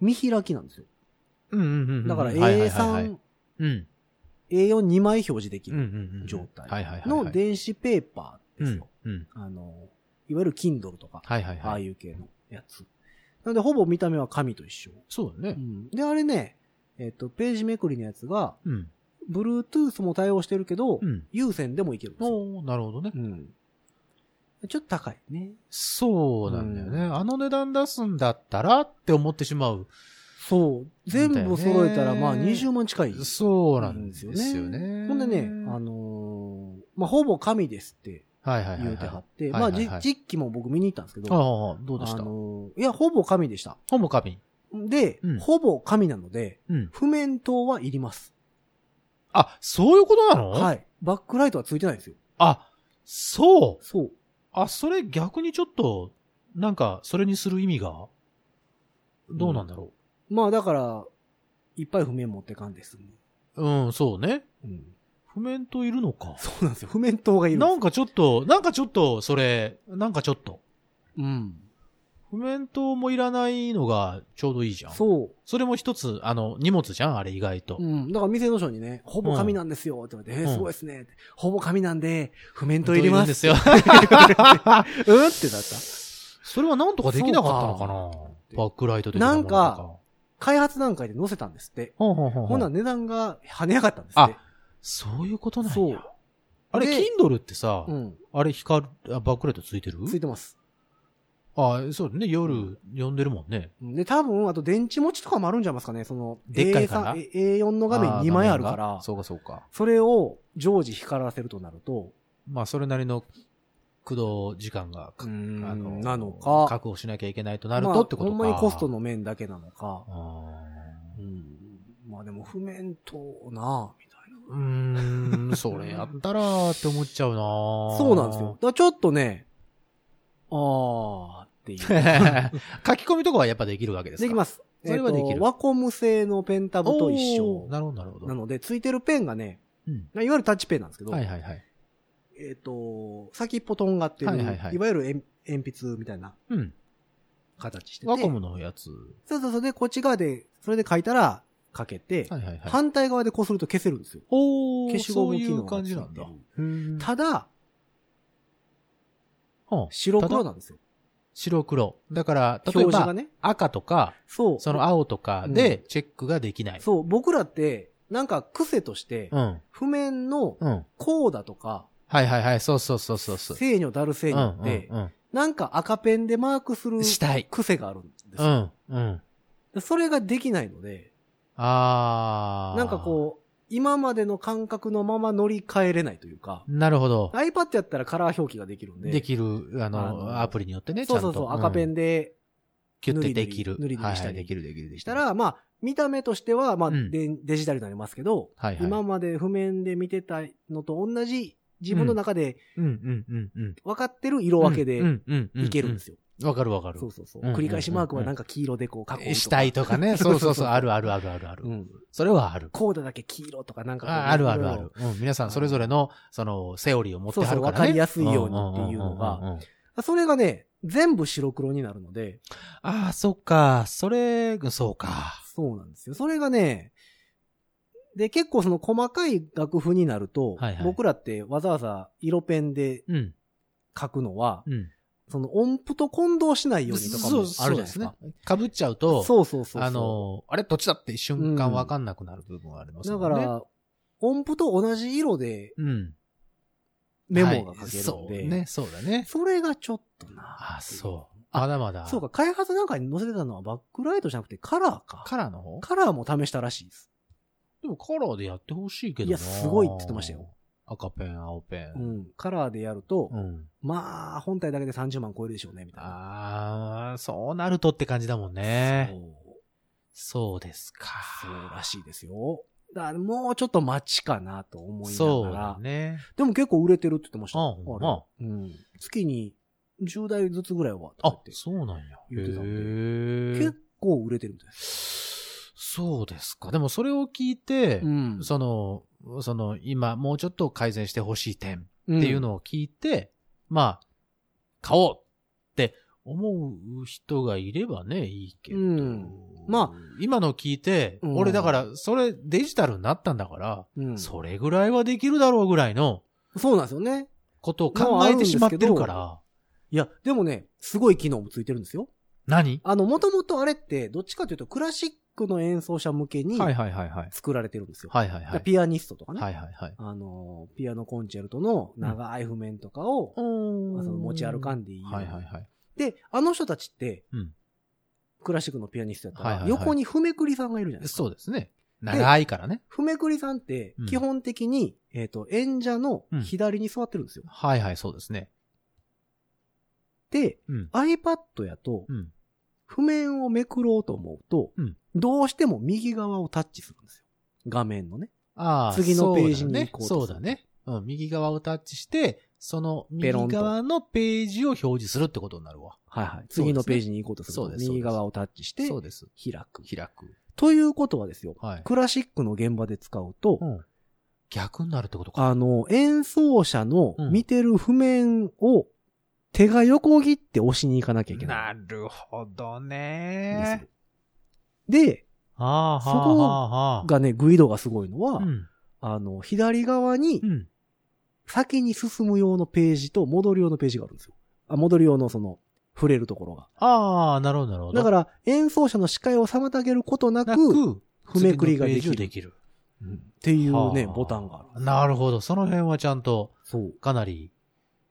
Speaker 2: 見開きなんですよ。
Speaker 3: うんうんうんうん。
Speaker 2: だから
Speaker 3: はいはいはいはい
Speaker 2: A3、
Speaker 3: うん。
Speaker 2: A42 枚表示でき
Speaker 3: うんう
Speaker 2: る
Speaker 3: んうん。
Speaker 2: 状態
Speaker 3: はいはいはいはい。
Speaker 2: の電子ペーパー
Speaker 3: う
Speaker 2: です
Speaker 3: ん
Speaker 2: よ。。
Speaker 3: うん。
Speaker 2: あの、いわゆる Kindle とか、
Speaker 3: はいはい
Speaker 2: ああ
Speaker 3: はい。
Speaker 2: いう系のやつ。なので、ほぼ見た目は紙と一緒。
Speaker 3: そうだ
Speaker 2: う
Speaker 3: ね。
Speaker 2: んで、あれね、えっと、ページめくりのやつが、
Speaker 3: うん。
Speaker 2: Bluetooth も対応してるけど
Speaker 3: う、ん。
Speaker 2: 有線でもいけるんですよ。
Speaker 3: おーなるほどね
Speaker 2: う。ん。ちょっと高いね。
Speaker 3: そうなんだよね、
Speaker 2: う
Speaker 3: あの値段出すんだったらって思ってしまう。
Speaker 2: そう。全部揃えたら、まあ
Speaker 3: みたいね
Speaker 2: 20万近い。
Speaker 3: そうなんですよね。
Speaker 2: ほんでね、あのーまあ、ほぼ神ですって
Speaker 3: はいはいはい、
Speaker 2: 言うてはって、
Speaker 3: はいはいはい
Speaker 2: まあ、じ実機も僕見に行ったんですけど、
Speaker 3: ああ、どうでし
Speaker 2: あ
Speaker 3: た
Speaker 2: のーいや、ほぼ神でした。
Speaker 3: ホモカビン。
Speaker 2: で、
Speaker 3: うん
Speaker 2: ほぼ神なので、
Speaker 3: うん。
Speaker 2: 譜面灯はいります。
Speaker 3: あ、そういうことなの。
Speaker 2: はいい。バックライトはついてないんですよ。
Speaker 3: あ、そう。
Speaker 2: そう。
Speaker 3: あ、それ逆にちょっと、なんか、それにする意味が、どうなんだろ
Speaker 2: まあ、だから、いっぱい譜面持ってかんです、
Speaker 3: う。うん、そうね。
Speaker 2: うん。
Speaker 3: 譜面といるのか。
Speaker 2: そうなんですよ。譜面灯がいるんで
Speaker 3: な
Speaker 2: す
Speaker 3: んかちょっと、なんかちょっと、それ、なんかちょっと。
Speaker 2: うん。
Speaker 3: 譜面ともいらないのがちょうどいいじゃん。
Speaker 2: そう。
Speaker 3: それも一つ、あの、荷物じゃんあれ意外と。
Speaker 2: うん。だから店の人にね、ほぼ紙なんですよって言われて、え
Speaker 3: う
Speaker 2: ー
Speaker 3: ん
Speaker 2: すごいですねって。ほぼ紙なんで、譜面と入れます。
Speaker 3: です よ。
Speaker 2: うんってなった。
Speaker 3: それはなんとかできなかったのかな
Speaker 2: そうか
Speaker 3: バックライト的なものと
Speaker 2: なんか、開発段階で載せたんですって。
Speaker 3: ほんほんほん
Speaker 2: ほ
Speaker 3: ほ
Speaker 2: んなんら値段が跳ね上がったんですって。
Speaker 3: そういうことなん
Speaker 2: そう
Speaker 3: や。あれ、
Speaker 2: で
Speaker 3: Kindle ってさ、
Speaker 2: うん。
Speaker 3: あれ光る、あバックライトついてる
Speaker 2: ついてます。
Speaker 3: あそうだね。夜、読んでるもんね。
Speaker 2: うんで、多分、あと電池持ちとかもあるんじゃないですかね。その、
Speaker 3: でっかいから
Speaker 2: A3 え A4 の画面
Speaker 3: あー
Speaker 2: 2枚ある
Speaker 3: 画
Speaker 2: か
Speaker 3: 面が
Speaker 2: ら、そ
Speaker 3: そうかそうか。
Speaker 2: れを常時光らせるとなると、
Speaker 3: まあ、それなりの駆動時間が、
Speaker 2: あ
Speaker 3: かの
Speaker 2: なのか、
Speaker 3: 確保しなきゃいけないとなる
Speaker 2: ま
Speaker 3: と
Speaker 2: あ
Speaker 3: ってことか。
Speaker 2: ほんまにコストの面だけなのか、
Speaker 3: あ
Speaker 2: うん。まあでも、譜面とな、みたいな。
Speaker 3: ー。うーん、 それやったらって思っちゃうな
Speaker 2: そうなんですよ。だ。からちょっとね、あーっていう。
Speaker 3: 書き込みとかはやっぱできるわけですか。
Speaker 2: できますす。
Speaker 3: それはできる
Speaker 2: えっとワコム製のペンタブと一緒
Speaker 3: おーなるほど、なるほど。
Speaker 2: なので、ついてるペンがね、
Speaker 3: うん
Speaker 2: いわゆるタッチペンなんですけど、
Speaker 3: はいはいはい。
Speaker 2: えっ、と、先っぽとんがってる、
Speaker 3: はいいはいはい
Speaker 2: わゆる鉛鉛筆みたいな
Speaker 3: うん。
Speaker 2: 形してて。
Speaker 3: ワコムのやつ。
Speaker 2: そうそうそう。で、こっち側で、それで書いたら書けて、
Speaker 3: はいはいはい。
Speaker 2: 反対側でこうすると消せるんですよ。
Speaker 3: お
Speaker 2: 消しゴ
Speaker 3: そう
Speaker 2: ム機
Speaker 3: い
Speaker 2: 能
Speaker 3: う
Speaker 2: が
Speaker 3: 感
Speaker 2: つい
Speaker 3: じ
Speaker 2: てる
Speaker 3: なんだ。うん
Speaker 2: ただ、
Speaker 3: はあ
Speaker 2: 白黒
Speaker 3: ただ
Speaker 2: なんですよ。
Speaker 3: 白黒。だから、
Speaker 2: 表
Speaker 3: 例え
Speaker 2: 示が
Speaker 3: ば、
Speaker 2: ね。
Speaker 3: 赤とか、
Speaker 2: そう。
Speaker 3: その青とかでチェックができない。
Speaker 2: そう、僕らって、なんか癖として、
Speaker 3: うん。
Speaker 2: 譜面の
Speaker 3: うん。
Speaker 2: こうだとか、
Speaker 3: はいはいはい。そうそうそうそうそう。
Speaker 2: 正女だる正
Speaker 3: うんう
Speaker 2: 女って、
Speaker 3: ん
Speaker 2: なんか赤ペンでマークする
Speaker 3: うん。したい。
Speaker 2: 癖があるんです
Speaker 3: う
Speaker 2: よ。
Speaker 3: ん。うん。
Speaker 2: でそれができないので、
Speaker 3: あー。
Speaker 2: なんかこう、今までの感覚のまま乗り換えれないというか、
Speaker 3: う。なるほど。
Speaker 2: iPad やったらカラー表記ができるんで、
Speaker 3: できる、あ
Speaker 2: あ
Speaker 3: の、
Speaker 2: の
Speaker 3: アプリによってね、ちゃ
Speaker 2: そうんそ
Speaker 3: と。
Speaker 2: うそう、赤ペ
Speaker 3: うん
Speaker 2: ンで、
Speaker 3: キュッてできる。
Speaker 2: 塗り塗り塗り塗りしたり
Speaker 3: はいはいできるできるできる。
Speaker 2: した、ら、まあ、見た目としては、まあ、
Speaker 3: うん
Speaker 2: でデジタルになりますけど、
Speaker 3: はいはい
Speaker 2: 今まで譜面で見てたのと同じ自分の中で
Speaker 3: うんうんうんうん。
Speaker 2: 分かってる色分け
Speaker 3: う
Speaker 2: で
Speaker 3: んうんうん。
Speaker 2: いけるんですよ。
Speaker 3: よ。わかるわかる
Speaker 2: そ。うそうそう。
Speaker 3: うんうんうん
Speaker 2: 繰り返しマークはなんか黄色でこう囲うとか。
Speaker 3: 死体と かね。そうそうそう。あるあるあるあるある
Speaker 2: う。ん。
Speaker 3: それはある。
Speaker 2: コードだけ黄色とかなんかこう
Speaker 3: ああるあるあ。
Speaker 2: いろい
Speaker 3: る
Speaker 2: ろ。
Speaker 3: うん皆さんそれぞれの、その、セオリーを持ってはるか
Speaker 2: そう
Speaker 3: らね。
Speaker 2: そうわかりやすいようにっていうのが
Speaker 3: んんんうん。
Speaker 2: それがね、全部白黒になるので、
Speaker 3: ああ、そっか。それ、そうか。
Speaker 2: そうなんですよ。それがね、で、結構その細かい楽譜になると、
Speaker 3: はいはい
Speaker 2: 僕らってわざわざ色ペンで
Speaker 3: うん。
Speaker 2: 書くのは、
Speaker 3: うん。
Speaker 2: その音符と混同しないようにとかもあるじゃないですか。
Speaker 3: かぶっちゃうと、
Speaker 2: そうそうそうそう。
Speaker 3: あの、あれどっちだって瞬間わかんなくなる部分はあります
Speaker 2: だ
Speaker 3: もん
Speaker 2: か
Speaker 3: ね。
Speaker 2: ら、音符と同じ色で
Speaker 3: うん。
Speaker 2: メモが書け
Speaker 3: はい
Speaker 2: るの
Speaker 3: そ
Speaker 2: で、
Speaker 3: うね、そうだね。
Speaker 2: それがちょっとな。
Speaker 3: ああ、そう。まだまだ。
Speaker 2: そうか、開発段階に載せてたのはバックライトじゃなくてカラーか。
Speaker 3: カラーの方
Speaker 2: カラーも試したらしいです。
Speaker 3: でもカラーでやってほしいけど
Speaker 2: や
Speaker 3: ない
Speaker 2: すごいって言ってましたよ。
Speaker 3: 赤ペン、青ペ
Speaker 2: う
Speaker 3: ン。
Speaker 2: ん。カラーでやると、
Speaker 3: うん。
Speaker 2: まあ、本体だけで30万超えるでしょうね、みたいな。
Speaker 3: ああ、そうなるとって感じだもんね。
Speaker 2: そう
Speaker 3: そうですか。
Speaker 2: そうらしいですよ。だからもうちょっと待ちかなと思いな
Speaker 3: そ
Speaker 2: がら。
Speaker 3: うだね。
Speaker 2: でも結構売れてるって言ってました
Speaker 3: あ
Speaker 2: よ。
Speaker 3: ほん
Speaker 2: あ
Speaker 3: ま
Speaker 2: れうん、月に10台ずつぐらいはとか言
Speaker 3: あ
Speaker 2: っ、て。
Speaker 3: そうなんや。
Speaker 2: 言ってたんで
Speaker 3: へえ
Speaker 2: 結。構売れてるみたいです。
Speaker 3: そうですか。でもそれを聞いて、
Speaker 2: ん
Speaker 3: その、その、今、もうちょっと改善してほしい点
Speaker 2: う
Speaker 3: っていうのを聞いて、まあ、買おうって思う人がいればね、いいけど。
Speaker 2: うんま
Speaker 3: あ、今の聞いて、
Speaker 2: うん
Speaker 3: 俺だから、それデジタルになったんだから、
Speaker 2: ん、うんそ
Speaker 3: それぐらいはできるだろうぐらいの
Speaker 2: うなんですよね。
Speaker 3: ことを考えてしまってるから、
Speaker 2: いや、でもね、すごい機能もついてるんですよ。
Speaker 3: 何
Speaker 2: あの、もともとあれって、どっちかというとクラシックの演奏者向けに
Speaker 3: はいはいはいはい。
Speaker 2: 作られてるんですよ。
Speaker 3: はいはいはい。
Speaker 2: ピアニストとかね。
Speaker 3: はいはいはい。
Speaker 2: あの、ピアノコンチェルトの長い譜面とかを、まあその持ち歩かんでいいように
Speaker 3: はいはいはい。
Speaker 2: で、あの人たちって、
Speaker 3: うん
Speaker 2: クラシックのピアニストやったら、
Speaker 3: はいはいはい
Speaker 2: 横にふめくりさんがいるじゃないですか。
Speaker 3: そうですね。長いからね。
Speaker 2: ふめくりさんって
Speaker 3: うん、
Speaker 2: 基本的に、えっ、と、演者の左に座ってるんですよ。
Speaker 3: はいはい、そうですね。
Speaker 2: で、
Speaker 3: うん。
Speaker 2: iPad やと、
Speaker 3: うん。
Speaker 2: 譜面をめくろうと思うと、
Speaker 3: うん
Speaker 2: どうしても右側をタッチするんですよ。画面のね。
Speaker 3: ああ、
Speaker 2: 次のページに行こうとする
Speaker 3: そうだね。そうだね。うん。右側をタッチして、その右
Speaker 2: ペロンと
Speaker 3: 側のページを表示するってことになるわ。
Speaker 2: はいはい。
Speaker 3: そうですね
Speaker 2: 次のページに行こうとすると
Speaker 3: そうです
Speaker 2: 右側をタッチして、
Speaker 3: そうです。
Speaker 2: 開く。
Speaker 3: 開く。
Speaker 2: ということはですよ、
Speaker 3: はい。
Speaker 2: クラシックの現場で使うと、
Speaker 3: うん。逆になるってことか。
Speaker 2: あの、演奏者の
Speaker 3: うん
Speaker 2: 見てる譜面を手が横切って押しに行かなきゃいけない
Speaker 3: なるほど
Speaker 2: んですよ。
Speaker 3: ね。
Speaker 2: で、
Speaker 3: ああ、
Speaker 2: そ
Speaker 3: は
Speaker 2: こ
Speaker 3: あ、はあ、は
Speaker 2: がね、グイドがすごいの
Speaker 3: あ。
Speaker 2: は、
Speaker 3: うん。
Speaker 2: あの、左側に
Speaker 3: うん。
Speaker 2: 先に進む用のページと戻る用のページがあるんですよ。あ戻る用のその、触れるところが。
Speaker 3: ああ、なるほど、なるほど。、
Speaker 2: だからら、演奏者の視界を妨げることな
Speaker 3: な
Speaker 2: く、
Speaker 3: く、
Speaker 2: 踏めくりができ
Speaker 3: 次のページを
Speaker 2: る。
Speaker 3: できる。
Speaker 2: うんっていうね、
Speaker 3: はあ
Speaker 2: ボタンがある。
Speaker 3: なるほど。その辺はちゃんと、
Speaker 2: そう。
Speaker 3: かなり、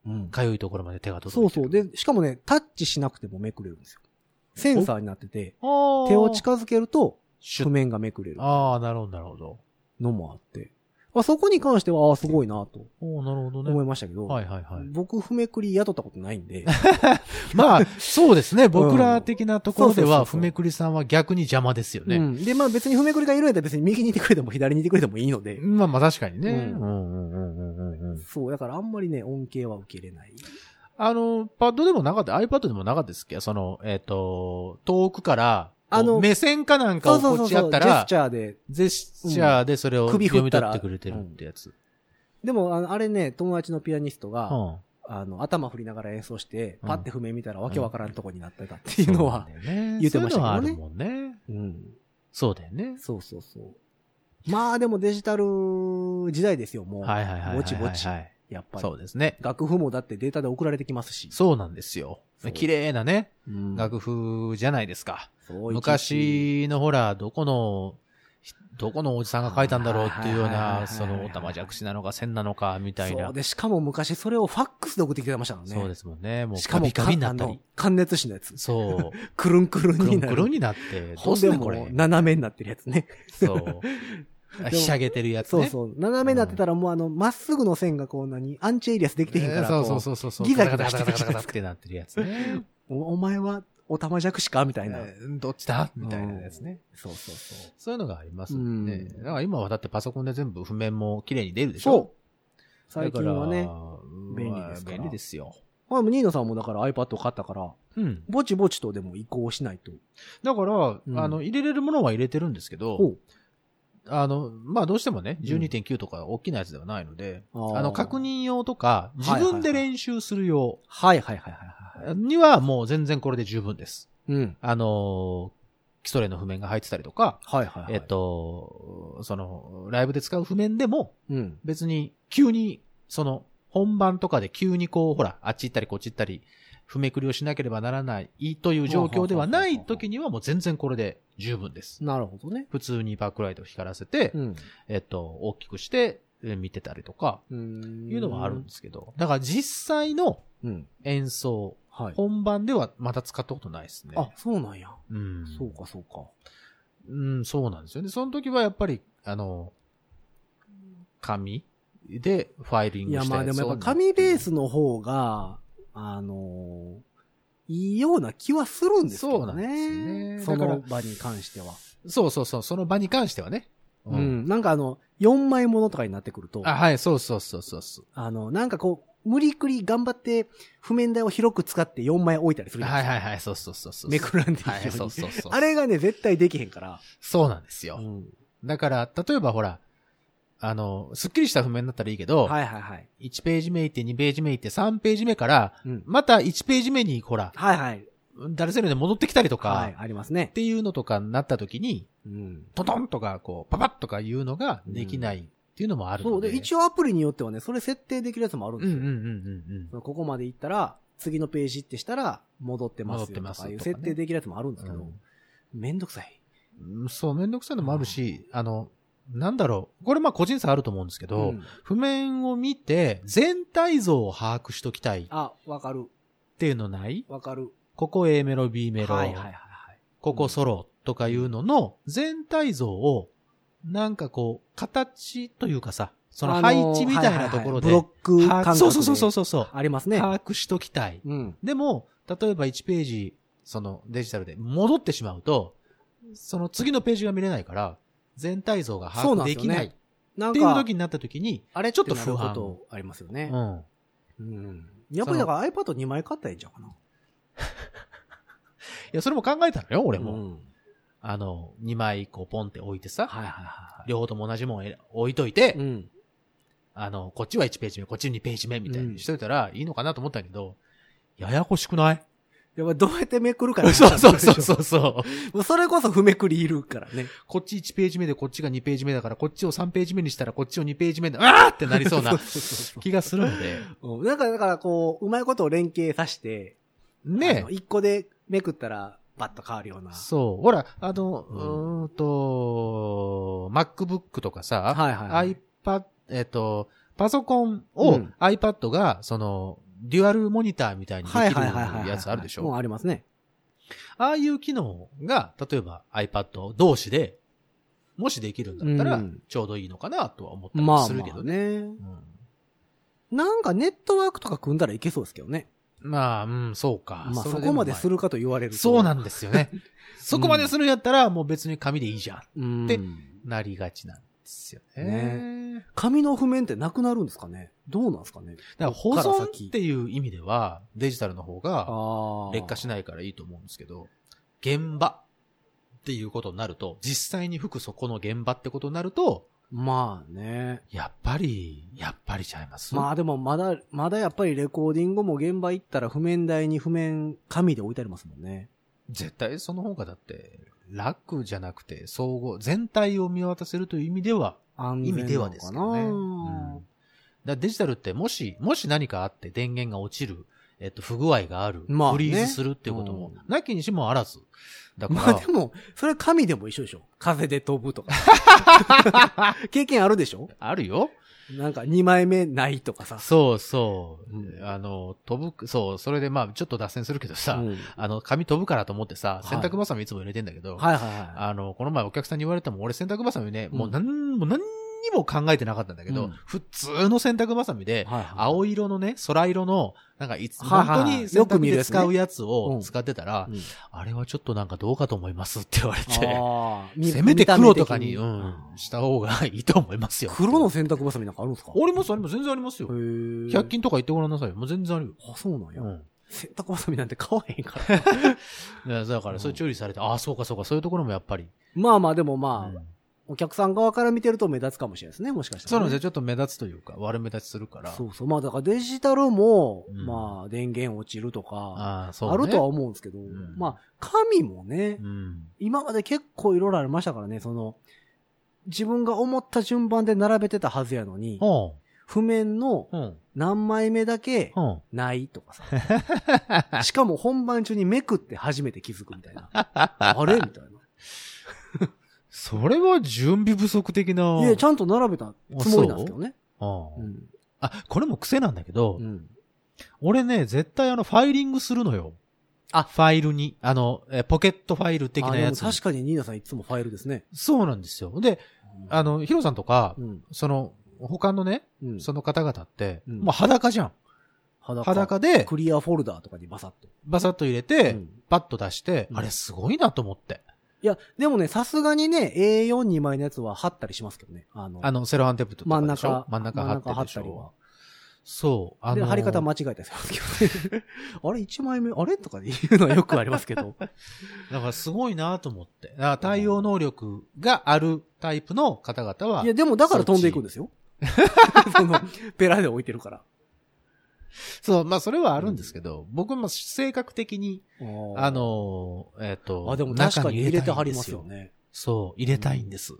Speaker 2: うん
Speaker 3: かゆいところまで手が
Speaker 2: そ
Speaker 3: 届
Speaker 2: う
Speaker 3: いて
Speaker 2: そう。
Speaker 3: る。
Speaker 2: で、しかもね、タッチしなくてもめくれるんですよ。センサーになってて、
Speaker 3: ああ
Speaker 2: 手を近づけると、
Speaker 3: シ
Speaker 2: 譜
Speaker 3: ュッ
Speaker 2: 面がめくれる
Speaker 3: ああ、なるほど、なるほど。
Speaker 2: のもあって。まあ、そこに関しては、ああ、すごいなと
Speaker 3: おおなるほどね。
Speaker 2: 思いましたけど、
Speaker 3: はいはいはい。
Speaker 2: 僕、譜めくり雇ったことないんで、
Speaker 3: まあ、そうです ね。僕ら的なところで
Speaker 2: う
Speaker 3: は、
Speaker 2: んそうそうそうそう
Speaker 3: ふめくりさんは逆に邪魔ですよ
Speaker 2: う
Speaker 3: ね。
Speaker 2: んで、まあ別に譜めくりがいるんだったら別に右にいてくれても左にいてくれてもいいので、
Speaker 3: まあまあ確かにね。う
Speaker 2: うん
Speaker 3: んうんうんうんうんうん。
Speaker 2: そう、だからあんまりね、恩恵は受けれない。
Speaker 3: あの、パッドでもなかった、iPad でもなかったですっけど、その、えっ、と、遠くから、
Speaker 2: あ
Speaker 3: あ
Speaker 2: の
Speaker 3: の、目線かなんか
Speaker 2: そう
Speaker 3: を
Speaker 2: そ
Speaker 3: こ
Speaker 2: うそ
Speaker 3: っ
Speaker 2: う
Speaker 3: ち
Speaker 2: そ
Speaker 3: や
Speaker 2: う、ジ
Speaker 3: った
Speaker 2: ェ
Speaker 3: ら
Speaker 2: ス、チャーで。
Speaker 3: ジェスチャーでそれを
Speaker 2: 首振
Speaker 3: 読み
Speaker 2: った
Speaker 3: 取
Speaker 2: ら
Speaker 3: ってくれてるってやつ。
Speaker 2: でも、あのあれね、友達のピアニストが、
Speaker 3: うん。
Speaker 2: あの、頭振りながら演奏して、
Speaker 3: うん
Speaker 2: パッて譜面見たらわけわからんとこになってたっていうのは、
Speaker 3: そうなんだよね
Speaker 2: 言ってましたけどね
Speaker 3: そういうのはあるもんね。
Speaker 2: うん。
Speaker 3: そうだよね。
Speaker 2: そうそうそう。まあでもデジタル時代ですよ、もう。
Speaker 3: はいはいはいはいはい。
Speaker 2: ぼちぼち
Speaker 3: はい
Speaker 2: やっぱり
Speaker 3: そ。うですね。
Speaker 2: 楽譜もだってデータで送られてきますし。
Speaker 3: そうなんですよ
Speaker 2: そう。
Speaker 3: 綺麗なね、
Speaker 2: うん
Speaker 3: 楽譜じゃないですか。
Speaker 2: そういちいち
Speaker 3: 昔のほら、どこの、どこのおじさんが書いたんだろうっていうよう
Speaker 2: はいはいはいはい
Speaker 3: な、その、おたまじゃくしなのか、線なのか、みたいな。
Speaker 2: そうで、しかも昔それをファックスで送ってきてましたからね。
Speaker 3: そうですもんね。もう、
Speaker 2: しか
Speaker 3: カ
Speaker 2: も
Speaker 3: ビカビになった
Speaker 2: かあ
Speaker 3: り
Speaker 2: の。関熱紙のやつ。
Speaker 3: そう。
Speaker 2: くるんくるん
Speaker 3: くる
Speaker 2: に
Speaker 3: ん
Speaker 2: な
Speaker 3: く
Speaker 2: る。
Speaker 3: るんになって、ど
Speaker 2: ほ
Speaker 3: うんす
Speaker 2: で
Speaker 3: んねんこ
Speaker 2: も
Speaker 3: れ
Speaker 2: う。斜めになってるやつね。
Speaker 3: そう。ひしゃげてるやつ
Speaker 2: そう
Speaker 3: ね。
Speaker 2: そう。斜めになってたらもうあの、まっすぐの線がこう何、アンチエリアスできてへんから。
Speaker 3: えーそう
Speaker 2: こ
Speaker 3: そうそうそう。
Speaker 2: ギザギザ
Speaker 3: ガ
Speaker 2: し
Speaker 3: タ
Speaker 2: て
Speaker 3: ガ
Speaker 2: る
Speaker 3: タ
Speaker 2: や
Speaker 3: ガ
Speaker 2: つ
Speaker 3: タガタガタってなってるやつね。
Speaker 2: うおお前はお玉弱しかみたいな。
Speaker 3: えーどっちだみたいなやつね。
Speaker 2: そうそうそう。
Speaker 3: そういうのがありますもんね。
Speaker 2: うん
Speaker 3: だから今はだってパソコンで全部譜面も綺麗に出るでしょ
Speaker 2: そう。最近はね
Speaker 3: だか。ら
Speaker 2: 便利ですから
Speaker 3: 便利ですよ。
Speaker 2: まあ、ニーナさんもだから iPad を買ったから、
Speaker 3: うん。
Speaker 2: ぼちぼちとでも移行しないと。
Speaker 3: だから、
Speaker 2: うん
Speaker 3: あの、入れれるものは入れてるんですけ
Speaker 2: ほ
Speaker 3: ど、
Speaker 2: う。
Speaker 3: あの、まあ、どうしてもね、12.9とか大きなやつではないので、
Speaker 2: あー
Speaker 3: あの、確認用とか、自
Speaker 2: はいはいはい
Speaker 3: 分で練習する用
Speaker 2: はいはいはいはいはい。
Speaker 3: にはもう全然これで十分です。
Speaker 2: うん。
Speaker 3: あのー、基礎例の譜面が入ってたりとか、
Speaker 2: はいはいはい。
Speaker 3: えっ。と、その、ライブで使う譜面でも、
Speaker 2: うん。
Speaker 3: 別に急に、その、本番とかで急にこう、ほら、あっち行ったりこっち行ったり、踏めくりをしなければならないという状況ではない時にはもう全然これで十分です。
Speaker 2: なるほどね。
Speaker 3: 普通にバックライトを光らせて
Speaker 2: う、ん。
Speaker 3: えっと、大きくしてえ見てたりとか、
Speaker 2: うん
Speaker 3: いうのはあるんですけど、だから実際の
Speaker 2: うん。
Speaker 3: 演奏、
Speaker 2: はい。
Speaker 3: 本番ではまた使ったことないですね。
Speaker 2: あ、そうなんや。
Speaker 3: うん。
Speaker 2: そうかそうか。
Speaker 3: うん、そうなんですよね。その時はやっぱり、あの、紙でファイリン
Speaker 2: い
Speaker 3: グ
Speaker 2: や
Speaker 3: し
Speaker 2: ま
Speaker 3: た
Speaker 2: あで
Speaker 3: や
Speaker 2: も
Speaker 3: つ
Speaker 2: やっ
Speaker 3: を
Speaker 2: ぱ紙ベースの方が、あのーいいような気はするんですけ
Speaker 3: そう
Speaker 2: ど
Speaker 3: なん
Speaker 2: ね。
Speaker 3: です
Speaker 2: そ
Speaker 3: よねだから
Speaker 2: の場に関しては。
Speaker 3: そうそうそう、その場に関してはね。
Speaker 2: うん。。なんかあの、4枚ものとかになってくると、
Speaker 3: あ、
Speaker 2: あ
Speaker 3: はい、そうそうそうそうそう。
Speaker 2: の、なんかこう、無理くり頑張って、譜面台を広く使って4枚置いたりするじゃな
Speaker 3: はいい
Speaker 2: ですか
Speaker 3: はいはい、そうそうそうそう。
Speaker 2: めくらんでいいように
Speaker 3: はい、そうそうそう。
Speaker 2: あれがね、絶対できへんから。
Speaker 3: そうなんです
Speaker 2: う
Speaker 3: よ。
Speaker 2: ん。
Speaker 3: だから、例えばほら、あの、すっきりした譜面だったらいいけど、
Speaker 2: はいはいはい。
Speaker 3: 1ページ目行って、2ページ目行って、3ページ目から、
Speaker 2: うん。
Speaker 3: また1ページ目に、ほら、
Speaker 2: はいはい。
Speaker 3: ダルセルで戻ってきたりとか、
Speaker 2: はい、ありますね
Speaker 3: っ。ていうのとかになった時に、
Speaker 2: うん。
Speaker 3: トトンとか、こう、パパッとかいうのができないっていうのもある
Speaker 2: そ
Speaker 3: の
Speaker 2: う
Speaker 3: で。
Speaker 2: で、一応アプリによってはね、それ設定できるやつもあるん
Speaker 3: う
Speaker 2: で
Speaker 3: ん
Speaker 2: す
Speaker 3: う
Speaker 2: よ。
Speaker 3: んうんうん
Speaker 2: ここまで行ったら、次のページってしたら、戻ってますよ
Speaker 3: 戻って
Speaker 2: と
Speaker 3: ます
Speaker 2: か
Speaker 3: とか
Speaker 2: い
Speaker 3: ね
Speaker 2: う設定できるやつもあるんですけど、
Speaker 3: うん
Speaker 2: めんどくさい。
Speaker 3: うんうん。そう、めんどくさいのもあるし、あの、なんだろう。これまあ個人差あると思うんですけど、
Speaker 2: うん
Speaker 3: 譜面を見て全体像を把握しときたいっ
Speaker 2: あ、わかる、
Speaker 3: ていうのない
Speaker 2: わかる。
Speaker 3: ここ A メロ、B メロ、
Speaker 2: はいはいはいはい。
Speaker 3: ここソロとかいうのの全体像を、なんかこう、形というかさ、その
Speaker 2: あー
Speaker 3: 配置みたいなところで、
Speaker 2: はいはいはいブロック感覚で。
Speaker 3: そうそうそうそうそう。
Speaker 2: ありますね。
Speaker 3: 把握しときたい。
Speaker 2: うん。
Speaker 3: でも、例えば1ページ、そのデジタルで戻ってしまうと、その次のページが見れないから、全体像が把
Speaker 2: そうな
Speaker 3: 握
Speaker 2: んで
Speaker 3: です
Speaker 2: よ
Speaker 3: き
Speaker 2: ね
Speaker 3: ないっ
Speaker 2: なん
Speaker 3: ていう
Speaker 2: か
Speaker 3: 時、になった時に、
Speaker 2: あれ
Speaker 3: ちょっと不安
Speaker 2: なることありますよ
Speaker 3: う
Speaker 2: ね。
Speaker 3: ん。
Speaker 2: うん。やっぱりだから iPad2 枚買ったらいいんちゃうかな。
Speaker 3: いや、それも考えたのよ、俺も。
Speaker 2: うん
Speaker 3: あの、2枚こうポンって置いてさ、
Speaker 2: はいはいはい
Speaker 3: 両方とも同じもんえ置いといて、
Speaker 2: はい。うん。
Speaker 3: あの、こっちは1ページ目、こっち2ページ目みたい
Speaker 2: うん
Speaker 3: にしといたらいいのかなと思ったけど、ややこしくない
Speaker 2: やっぱどうやってめくるか
Speaker 3: そうそうそうそう そう。
Speaker 2: もうそれこそ踏めくりいるからね。
Speaker 3: こっち1ページ目でこっちが2ページ目だから、こっちを3ページ目にしたらこっちを2ページ目で、あーってなりそうな
Speaker 2: そうそう
Speaker 3: 気がするの で。
Speaker 2: そううんなんか、だからこう、うまいことを連携させて、あ
Speaker 3: ね
Speaker 2: の一個でめくったら、バッと変わるような。
Speaker 3: そう。ほら、あの、
Speaker 2: う
Speaker 3: うんーんと、MacBook とかさ、
Speaker 2: はいはいはい
Speaker 3: iPad、えっと、パソコン
Speaker 2: う
Speaker 3: を
Speaker 2: ん
Speaker 3: iPad が、その、デュアルモニターみたいにでき
Speaker 2: はいはいはいはい。
Speaker 3: るやつあるでし
Speaker 2: もう
Speaker 3: ょ
Speaker 2: ありますね。
Speaker 3: ああいう機能が、例えば iPad 同士で、もしできるんだった
Speaker 2: う
Speaker 3: ら
Speaker 2: ん、
Speaker 3: ちょうどいいのかなとは思ったり
Speaker 2: まあ、
Speaker 3: するけどね。
Speaker 2: ね。
Speaker 3: うん
Speaker 2: なんかネットワークとか組んだらいけそうですけどね。
Speaker 3: まあ、うん、そうか。
Speaker 2: まあ、
Speaker 3: れ
Speaker 2: そ
Speaker 3: で
Speaker 2: こまです
Speaker 3: る。
Speaker 2: るかと言われると。
Speaker 3: そうなんですよ ね。そこまでするんやったら、もう別に紙でいいじゃん。
Speaker 2: うん
Speaker 3: でなりがちなんですよね。
Speaker 2: ね紙の譜面ってなくなるんですかねどうなんですかね
Speaker 3: だから保
Speaker 2: こっから
Speaker 3: 存
Speaker 2: 先
Speaker 3: っていう意味では、デジタルの方が
Speaker 2: あ
Speaker 3: 劣化しないからいいと思うんですけど、現場っていうことになると、実際に吹くそこの現場ってことになると、
Speaker 2: まあね。
Speaker 3: やっぱり、やっぱりちゃいます。
Speaker 2: まあでもまだ、まだやっぱりレコーディングも現場行ったら譜面台に譜面紙で置いてありますもんね。
Speaker 3: 絶対その方がだって、楽じゃなくて、総合、全体を見渡せるという意味では、
Speaker 2: 安
Speaker 3: 意
Speaker 2: 全な
Speaker 3: 味
Speaker 2: の
Speaker 3: ではです
Speaker 2: か
Speaker 3: け
Speaker 2: な
Speaker 3: どね。うん、だからデジタルってもし、もし何かあって電源が落ちる、えっと、不具合がある、
Speaker 2: まあね
Speaker 3: フリーズするっていうことも、
Speaker 2: う
Speaker 3: なきにしもあらず。だから、
Speaker 2: まあでも、それ紙でも一緒でしょ風で飛ぶとか。 経験あるでしょ
Speaker 3: あるよ。
Speaker 2: なんか2枚目ないとかさ。
Speaker 3: そうそう。
Speaker 2: うん
Speaker 3: あの、飛ぶ、そう、それでまあ、ちょっと脱線するけどさ、
Speaker 2: うん
Speaker 3: あの、紙飛ぶからと思ってさ
Speaker 2: は、い
Speaker 3: 洗濯バサミいつも入れてんだけど、
Speaker 2: はいはいはい。
Speaker 3: あの、この前お客さんに言われても、俺洗濯バサミね、
Speaker 2: うん
Speaker 3: もうなん、もう何にも考えてなかったんだけ
Speaker 2: う
Speaker 3: ど、
Speaker 2: ん
Speaker 3: 普通の洗濯バサミで、
Speaker 2: はいはい
Speaker 3: 青色のね、空色の、なんかいつ、
Speaker 2: はいはい
Speaker 3: 本当に洗
Speaker 2: よく
Speaker 3: 濯
Speaker 2: 見る
Speaker 3: で
Speaker 2: やつね
Speaker 3: 使うやつ
Speaker 2: う
Speaker 3: を
Speaker 2: ん
Speaker 3: 使ってたら、
Speaker 2: うん
Speaker 3: あれはちょっとなんかどうかと思いますって言われ て、
Speaker 2: あー
Speaker 3: せめて黒とかに、
Speaker 2: 見
Speaker 3: う
Speaker 2: た目的
Speaker 3: ん、した方がいいと思いますよ。
Speaker 2: 黒の洗濯バサミなんかあるんですか
Speaker 3: あります、あります、全然ありますよ。
Speaker 2: へ
Speaker 3: 100
Speaker 2: 均。
Speaker 3: 均とか行ってごらんなさいよ。もう全然あるよ。
Speaker 2: あ、そうなんや。
Speaker 3: うん
Speaker 2: 洗濯バサミなんて買わへんから。
Speaker 3: いやだから、それ注意されて、ああ、そうか、そうか、そういうところもやっぱり。
Speaker 2: まあまあ、でも
Speaker 3: う
Speaker 2: まあ、
Speaker 3: ん
Speaker 2: お客さん側から見てると目立つかもしれないですね、もしかした
Speaker 3: そう
Speaker 2: ら
Speaker 3: なん
Speaker 2: ね、
Speaker 3: ですよ。ちょっと目立つというか、悪目立ちするから。
Speaker 2: そうそう。まあだからデジタルも、
Speaker 3: うん
Speaker 2: まあ電源落ちるとか、
Speaker 3: ああ、そう、ね。
Speaker 2: あるとは思うんですけど、
Speaker 3: ん
Speaker 2: まあ、紙もね、
Speaker 3: うん。
Speaker 2: 今まで結構いろいろありましたからね、その、自分が思った順番で並べてたはずやのに、
Speaker 3: ほ
Speaker 2: 譜面の
Speaker 3: う。うん。
Speaker 2: 何枚目だけ
Speaker 3: ほう。
Speaker 2: ないとかさ。 しかも本番中にめくって初めて気づくみたいな。あれみたいな。
Speaker 3: それは準備不足的な。
Speaker 2: いや、ちゃんと並べたつもりなんですけどね。
Speaker 3: う
Speaker 2: うんん。
Speaker 3: あ、これも癖なんだけど、
Speaker 2: うん。
Speaker 3: 俺ね、絶対あの、ファイリングするのよ。
Speaker 2: あ
Speaker 3: ファイルに。あの、えポケットファイル的なやつ
Speaker 2: あで
Speaker 3: に。
Speaker 2: も確かにニーナさんいつもファイルですね。
Speaker 3: そうなんですよ。で、あの、ヒロさんとか、
Speaker 2: うん、
Speaker 3: その、他のね、
Speaker 2: うん。
Speaker 3: その方々って、
Speaker 2: うん
Speaker 3: もう裸じゃん。
Speaker 2: 裸
Speaker 3: 裸で、
Speaker 2: クリアフォルダーとかにバサッと。
Speaker 3: バサッと入れ
Speaker 2: う
Speaker 3: て、
Speaker 2: ん
Speaker 3: パッと出して、
Speaker 2: うん
Speaker 3: あれすごいなと思って。
Speaker 2: いや、でもね、さすがにね、A42 枚のやつは貼ったりしますけどね。あの、
Speaker 3: あの、セロハンテープとか
Speaker 2: 真ん
Speaker 3: でしょ
Speaker 2: 中、
Speaker 3: 真ん中貼ってるでし
Speaker 2: 真ん中貼っ
Speaker 3: ょ。そう。あ
Speaker 2: で、
Speaker 3: の、
Speaker 2: 貼り方間違えたりしますけど ね。あれ、1枚目、あれとかいうのはよくありますけど。
Speaker 3: だからすごいなと思って。だから対応能力があるタイプの方々はい
Speaker 2: や、、でもだから飛んでいくんですよ。 その、ペラで置いてるから。
Speaker 3: そう、まあそれはあるんですけど、僕も性格的に、あ、の、えっ、と、
Speaker 2: あ、でも確かに入れて
Speaker 3: は
Speaker 2: 貼りますよ。ね。
Speaker 3: そう、入れたいんです。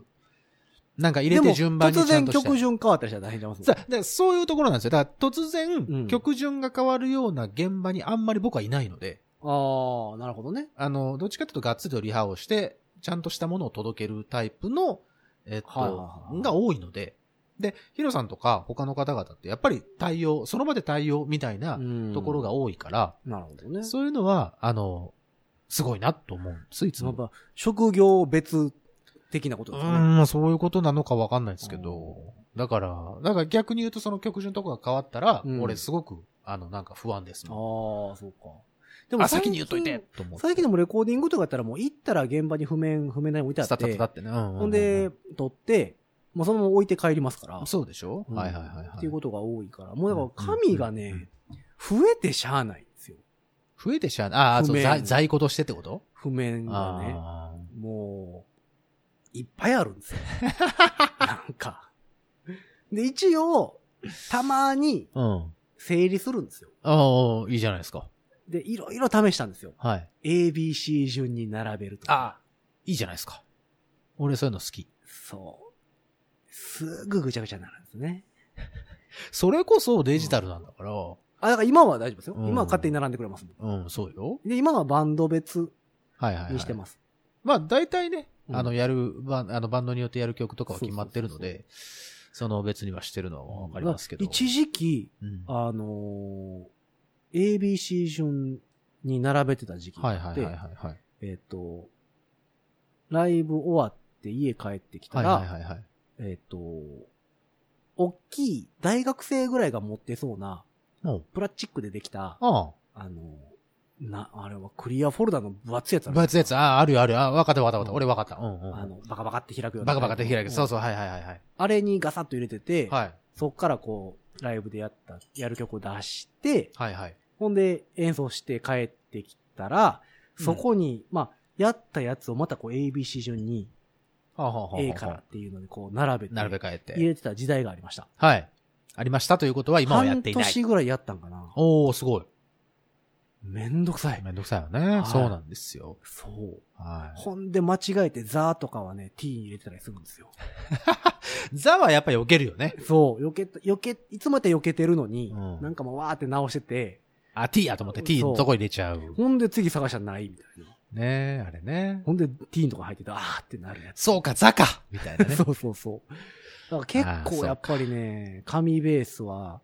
Speaker 3: なんか入
Speaker 2: で
Speaker 3: れ
Speaker 2: も
Speaker 3: て順番に
Speaker 2: 突
Speaker 3: ちゃ
Speaker 2: 然
Speaker 3: んとしたい
Speaker 2: 曲順変わったりしたら大変じゃいます
Speaker 3: そうだからそういうところなんですよ。だから突
Speaker 2: うん
Speaker 3: 然、曲順が変わるような現場にあんまり僕はいないので、
Speaker 2: ああ、なるほどね。
Speaker 3: あの、どっちかというとガッツリとリハをして、ちゃんとしたものを届けるタイプの、えっと、
Speaker 2: はいはいはい
Speaker 3: が多いので、で、ヒロさんとか他の方々ってやっぱり対応、その場で対応みたいな
Speaker 2: うん
Speaker 3: ところが多いから、
Speaker 2: なるほどね。
Speaker 3: そういうのは、あの、すごいなと思う。スイーツ
Speaker 2: やっ
Speaker 3: の。
Speaker 2: ぱ、職業別的なこと
Speaker 3: う
Speaker 2: ですね。
Speaker 3: ん、まあそういうことなのかわかんないですけど、だから、だから逆に言うとその曲順とかが変わったら、
Speaker 2: うん
Speaker 3: 俺すごく、あの、なんか不安ですもん。
Speaker 2: ああ、そうか。で
Speaker 3: でも先に言っといて
Speaker 2: 最近
Speaker 3: と思って。
Speaker 2: 最近でもレコーディングとかやったらもう行ったら現場に譜面、譜面台に置いてあ
Speaker 3: スタ
Speaker 2: っ
Speaker 3: ッタ
Speaker 2: て
Speaker 3: ッタ、ってね。うんうんうん
Speaker 2: ほんで、、撮って、もうそのまま置いて帰りますから。
Speaker 3: そうでしょ、
Speaker 2: うん
Speaker 3: はいはいはい、はい。
Speaker 2: っていうことが多いから、もうだから
Speaker 3: うん
Speaker 2: 紙が
Speaker 3: うん
Speaker 2: ね、増えてしゃあないんですよ。
Speaker 3: 増えてしゃあない。ああ、
Speaker 2: 不
Speaker 3: そう
Speaker 2: 明
Speaker 3: 在、在庫としてってこと
Speaker 2: 譜面がね。
Speaker 3: あ
Speaker 2: もう、いっぱいあるん ですよ。なんか。で、一応、たまに
Speaker 3: あ。うん。
Speaker 2: 整理するんですよ。
Speaker 3: ああ、いいじゃないですか。
Speaker 2: で、いろいろ試したんですよ。
Speaker 3: はい。
Speaker 2: ABC 順に並べるとか。
Speaker 3: ああ、いいじゃないですか。俺そういうの好き。
Speaker 2: そう。すぐぐちゃぐちゃになるんですね。
Speaker 3: それこそデジタルなんだから、
Speaker 2: あ、だから今は大丈夫ですよ。
Speaker 3: うん
Speaker 2: 今は勝手に並んでくれます。
Speaker 3: うん、そうよ。
Speaker 2: で、今はバンド別
Speaker 3: はいはい、はい。
Speaker 2: にしてます。
Speaker 3: まあ、大体ね、
Speaker 2: うん
Speaker 3: あの、やる、バンあのバンドによってやる曲とかは決まってるの
Speaker 2: そう
Speaker 3: で、その別にはしてるのはわかりますけど。
Speaker 2: 一時期、
Speaker 3: うん
Speaker 2: あのー ABC 順に並べてた時期が
Speaker 3: は
Speaker 2: あ
Speaker 3: い
Speaker 2: って、
Speaker 3: はいはいはいはい。
Speaker 2: えっ、と、ライブ終わって家帰ってきた
Speaker 3: はい
Speaker 2: ら、
Speaker 3: はいはいはい。
Speaker 2: えっ、と、大きい大学生ぐらいが持ってそうな、
Speaker 3: もう、
Speaker 2: プラスチックでできた、
Speaker 3: あ
Speaker 2: あのーな、あれはクリアフォルダの分厚いやつ
Speaker 3: あ。
Speaker 2: ある
Speaker 3: バツやつ、ああ、あるよあるよ。ああ、わかったわかったわかった。
Speaker 2: うん
Speaker 3: 俺わかった。うんうん。
Speaker 2: あの、バカバカって開くような。
Speaker 3: バカバカって開
Speaker 2: う
Speaker 3: く。
Speaker 2: ん
Speaker 3: そうそう、はいはいはいはい。
Speaker 2: あれにガサッと入れてて、
Speaker 3: はい。
Speaker 2: そっからこう、ライブでやった、やる曲を出して、
Speaker 3: はいはい。
Speaker 2: ほんで演奏して帰ってきたら、そこに、まあ、やったやつをまたこう ABC 順に
Speaker 3: はあはあはあはあ
Speaker 2: A からっていうのでこう並べて、
Speaker 3: 並べ替え
Speaker 2: 入
Speaker 3: て。
Speaker 2: れてた時代がありました。
Speaker 3: はい。ありましたということは今はやっていな
Speaker 2: 半
Speaker 3: い。
Speaker 2: 年ぐらいやったんかな。
Speaker 3: おー、すごい。
Speaker 2: めんどくさい。
Speaker 3: めんどくさいよね。
Speaker 2: はい
Speaker 3: そうなんですよ。
Speaker 2: そう。
Speaker 3: は
Speaker 2: ほんで間違えてザーとかはね、T に入れてたりするんですよ。
Speaker 3: い。ザはやっぱ避けるよね。
Speaker 2: そう、避けた、避け、いつまで避けてるのに、
Speaker 3: うん
Speaker 2: なんかもうわーって直してて、
Speaker 3: あ、t やと思って
Speaker 2: そう
Speaker 3: t のとこ入れちゃう。
Speaker 2: ほんで次探したらないみたいな。
Speaker 3: ねえ、あれね。
Speaker 2: ほんで T のとこ入ってて、あーってなるやつ。
Speaker 3: そうか、ザかみたいな ね。
Speaker 2: そうそうそう。だから
Speaker 3: あー
Speaker 2: 結
Speaker 3: そう
Speaker 2: 構
Speaker 3: か
Speaker 2: やっぱりね、紙ベースは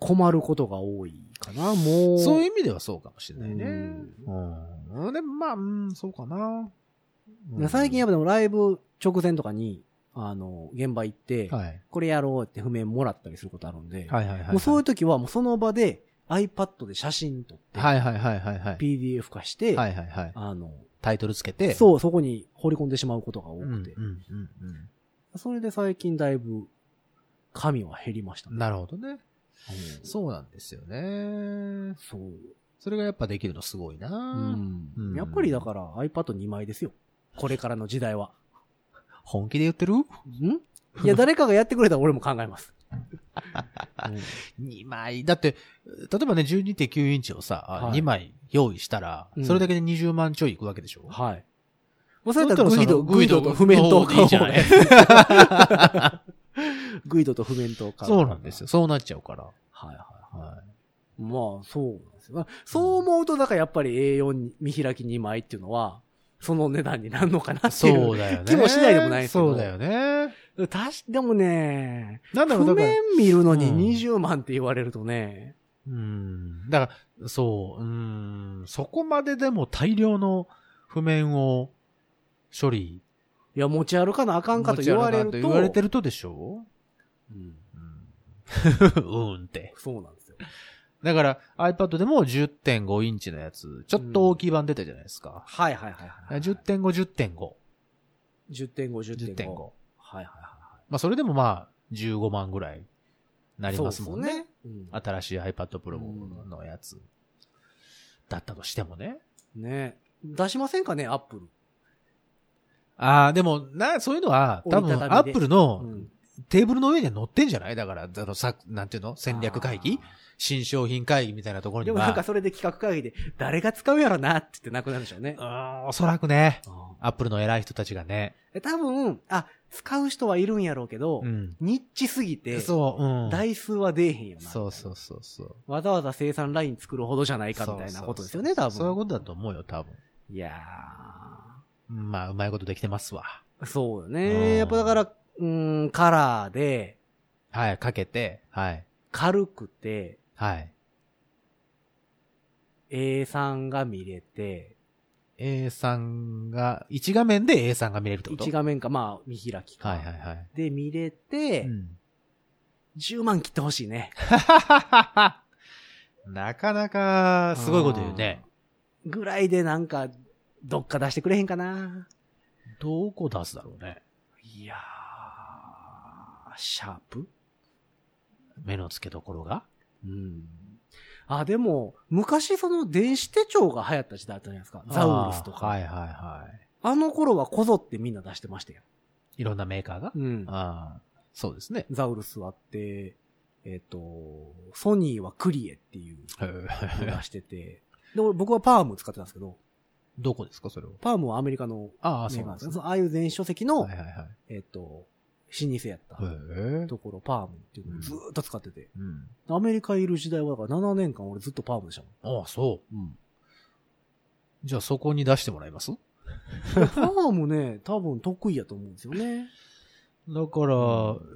Speaker 2: 困ることが多いかな、もう。
Speaker 3: そういう意味ではそうかもしれないね。
Speaker 2: う
Speaker 3: うん。でもまあ、うん、そうかな。うん
Speaker 2: 最近やっぱでもライブ直前とかに、ああの、現場行って、
Speaker 3: はい。
Speaker 2: これやろうって譜面もらったりすることあるんで、
Speaker 3: はいはいはいはい。
Speaker 2: もうそういう時はもうその場で iPad で写真撮って、
Speaker 3: はいはいはいはいはい。
Speaker 2: PDF 化して、
Speaker 3: はいはいはい。
Speaker 2: あの、
Speaker 3: タイトルつけて。う。
Speaker 2: そう、そこに放り込んでしまうことが多
Speaker 3: うんうん
Speaker 2: くて。
Speaker 3: うん
Speaker 2: それで最近だいぶ、紙は減りました
Speaker 3: う
Speaker 2: ね。
Speaker 3: ん。なるほどね。
Speaker 2: うん
Speaker 3: そうなんですよね。
Speaker 2: そう。
Speaker 3: それがやっぱできるのすごいうな、うん
Speaker 2: ん。やっぱりだから iPad2 枚ですよ。これからの時代 は。
Speaker 3: 本気で言ってる
Speaker 2: んいや、誰かがやってくれたら俺も考え ます。うん
Speaker 3: 2枚。だって、例えばね、12.9インチをさ、
Speaker 2: はい
Speaker 3: 2枚用意したら、
Speaker 2: うん
Speaker 3: それだけで20万ちょいいくわけでしょ、
Speaker 2: はい。もうそれだったらグイド、グイドと譜
Speaker 3: 不
Speaker 2: 面と
Speaker 3: いいじゃ ない。
Speaker 2: グイドと譜面と
Speaker 3: そうなんですよ。。そうなっちゃうから。
Speaker 2: はいはいはい。
Speaker 3: は
Speaker 2: まあ、そうなんですよ。まあそう思うと、だからやっぱり A4 に見開き2枚っていうのは、その値段になるのかなっ
Speaker 3: い、
Speaker 2: てい。
Speaker 3: そううだよね。
Speaker 2: 気もしないでもないですけど
Speaker 3: そうだよね。
Speaker 2: 確でもね、
Speaker 3: なんだろう、
Speaker 2: 譜
Speaker 3: だから
Speaker 2: 面。見るのに
Speaker 3: うん
Speaker 2: 20万って言われるとね、
Speaker 3: うん。だから、そう、うん。そこまででも大量の譜面を処理。
Speaker 2: いや、持ち歩かなあかんかと言われると。
Speaker 3: 言われてるとでしょ
Speaker 2: うん。
Speaker 3: うん。うんって。
Speaker 2: そうなんですよ。
Speaker 3: だから iPad でも10.5インチのやつ、ちょっと大きい版出たじゃないですか。
Speaker 2: はいはいはいはい。
Speaker 3: 10.5、10.5。
Speaker 2: 10.5、10.5。
Speaker 3: 10.5。
Speaker 2: はいはいは。
Speaker 3: まあ、それでもまあ、15万ぐらいないりますもんね。
Speaker 2: そうですね。
Speaker 3: 新しい iPad Pro のやつ。だったとしてもね。
Speaker 2: うんね出しませんかね、アップル。
Speaker 3: ああ、でも、な、そういうのは、多分、
Speaker 2: 折りたたみで
Speaker 3: Apple の
Speaker 2: うん
Speaker 3: テーブルの上に乗ってんじゃないだから、あの、さ、なんていうの戦略会議
Speaker 2: あ
Speaker 3: 新商品会議みたいなところ
Speaker 2: ー
Speaker 3: に
Speaker 2: で
Speaker 3: は。
Speaker 2: もなんかそれで企画会議で、誰が使うやろなって言ってなくなるでしょうね
Speaker 3: う。ーん、おそらくね、
Speaker 2: あー
Speaker 3: Apple の偉い人たちがね。
Speaker 2: え多分、あ、使う人はいるんやろうけど、
Speaker 3: うん。
Speaker 2: ニッチすぎて、
Speaker 3: そう、うん。
Speaker 2: 台数は出えへんよな。
Speaker 3: そうそうそうそう。
Speaker 2: わざわざ生産ライン作るほどじゃないかみたいなことですよね、
Speaker 3: そう
Speaker 2: 多
Speaker 3: そうそういう
Speaker 2: 分。
Speaker 3: ことだと思うよ、多分。
Speaker 2: いや
Speaker 3: まあ、うまいことできてますわ。
Speaker 2: ーそうよ
Speaker 3: うん
Speaker 2: ね。やっぱだから、うーん、カラーで、
Speaker 3: はい、かけて、はい、
Speaker 2: 軽くて、
Speaker 3: はい。
Speaker 2: A3 が見れて、
Speaker 3: A さんが、1画面で A さんが見れるってこと
Speaker 2: 1画面か、まあ、見開きか。
Speaker 3: はいはいはい。
Speaker 2: で、見れて、
Speaker 3: うん。
Speaker 2: 10万切ってほしいね。
Speaker 3: なかなか、すごいこと言うね。
Speaker 2: うん。ぐらいでなんか、どっか出してくれへんかな。
Speaker 3: どこ出すだろうね。
Speaker 2: いやー、シャープ
Speaker 3: 目の付けどころが。
Speaker 2: うん。あ、でも、昔その電子手帳が流行った時代あったじゃないですか。ザウルスとか。
Speaker 3: あ
Speaker 2: あ,、
Speaker 3: ーはいはいは
Speaker 2: の頃はこぞってみんな出してましたよ。
Speaker 3: い。いろんなメーカーが。
Speaker 2: うん。
Speaker 3: ああ、そうですね。
Speaker 2: ザウルスはあって、えっ、と、ソニーはクリエっていうのを 出して て、で、俺僕はパーム使ってたんですけど、
Speaker 3: どこですか、それを。
Speaker 2: パームはアメリカの
Speaker 3: ああ、
Speaker 2: メ
Speaker 3: そ
Speaker 2: ー
Speaker 3: う
Speaker 2: カーな
Speaker 3: な
Speaker 2: んんで
Speaker 3: ですす
Speaker 2: ね
Speaker 3: ね。
Speaker 2: そうああいう電子書籍の、
Speaker 3: はいはいはい。
Speaker 2: えっ、と、老舗やった
Speaker 3: へえ。
Speaker 2: ところ、パームっていうのをずーっと使ってて、
Speaker 3: うん。
Speaker 2: アメリカいる時代はだから7年間俺ずっとパームでしたもん。
Speaker 3: ああ、そう。
Speaker 2: うん。
Speaker 3: じゃあそこに出してもらいますだか
Speaker 2: パームね、 多分得意やと思うんですよね。
Speaker 3: ら、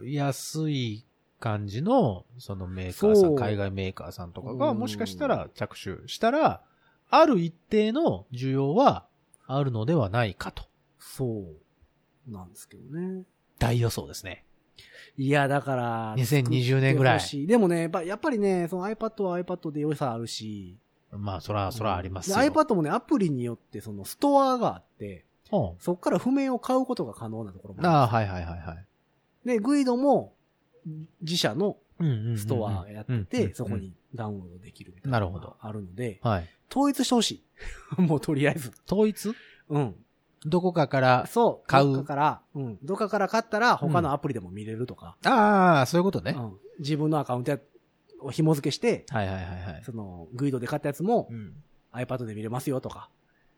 Speaker 3: 安い感じの、そのメーカーさ
Speaker 2: そ
Speaker 3: ん、
Speaker 2: う
Speaker 3: 海外メーカーさんとか
Speaker 2: う
Speaker 3: が、
Speaker 2: ん
Speaker 3: もしかしたら着手したら、ある一定の需要はあるのではないかと。
Speaker 2: そう。なんですけどね。
Speaker 3: 大予想ですね。
Speaker 2: いや、だから。
Speaker 3: 2020年ぐらい
Speaker 2: 作ってほしでもね、やっぱやっぱりね、その iPad は iPad で良さあるし。
Speaker 3: まあ、そら、そらありますよ。
Speaker 2: で iPad もね、アプリによってそのストアがあって、
Speaker 3: うん
Speaker 2: そこから譜面を買うことが可能なところもある
Speaker 3: ああ、はいはいはいはい。
Speaker 2: で、グイドも自社の
Speaker 3: うんうんうんうん
Speaker 2: ストアやって
Speaker 3: うんうんうん
Speaker 2: て、そこにダウンロードできるみたいなの
Speaker 3: なる
Speaker 2: があるので、
Speaker 3: はい。
Speaker 2: 統一してほしい。 もうとりあえず。
Speaker 3: 統一
Speaker 2: うん。
Speaker 3: どこかから、
Speaker 2: そう。
Speaker 3: 買う
Speaker 2: どっかから、うん。どっかから買ったら他のアプリでも見れるとか。
Speaker 3: ああ、そういうことね。
Speaker 2: うん、自分のアカウントやを紐付けして、
Speaker 3: はいはいはいはい。
Speaker 2: その、グイドで買ったやつも
Speaker 3: う、ん。
Speaker 2: iPad で見れますよとか、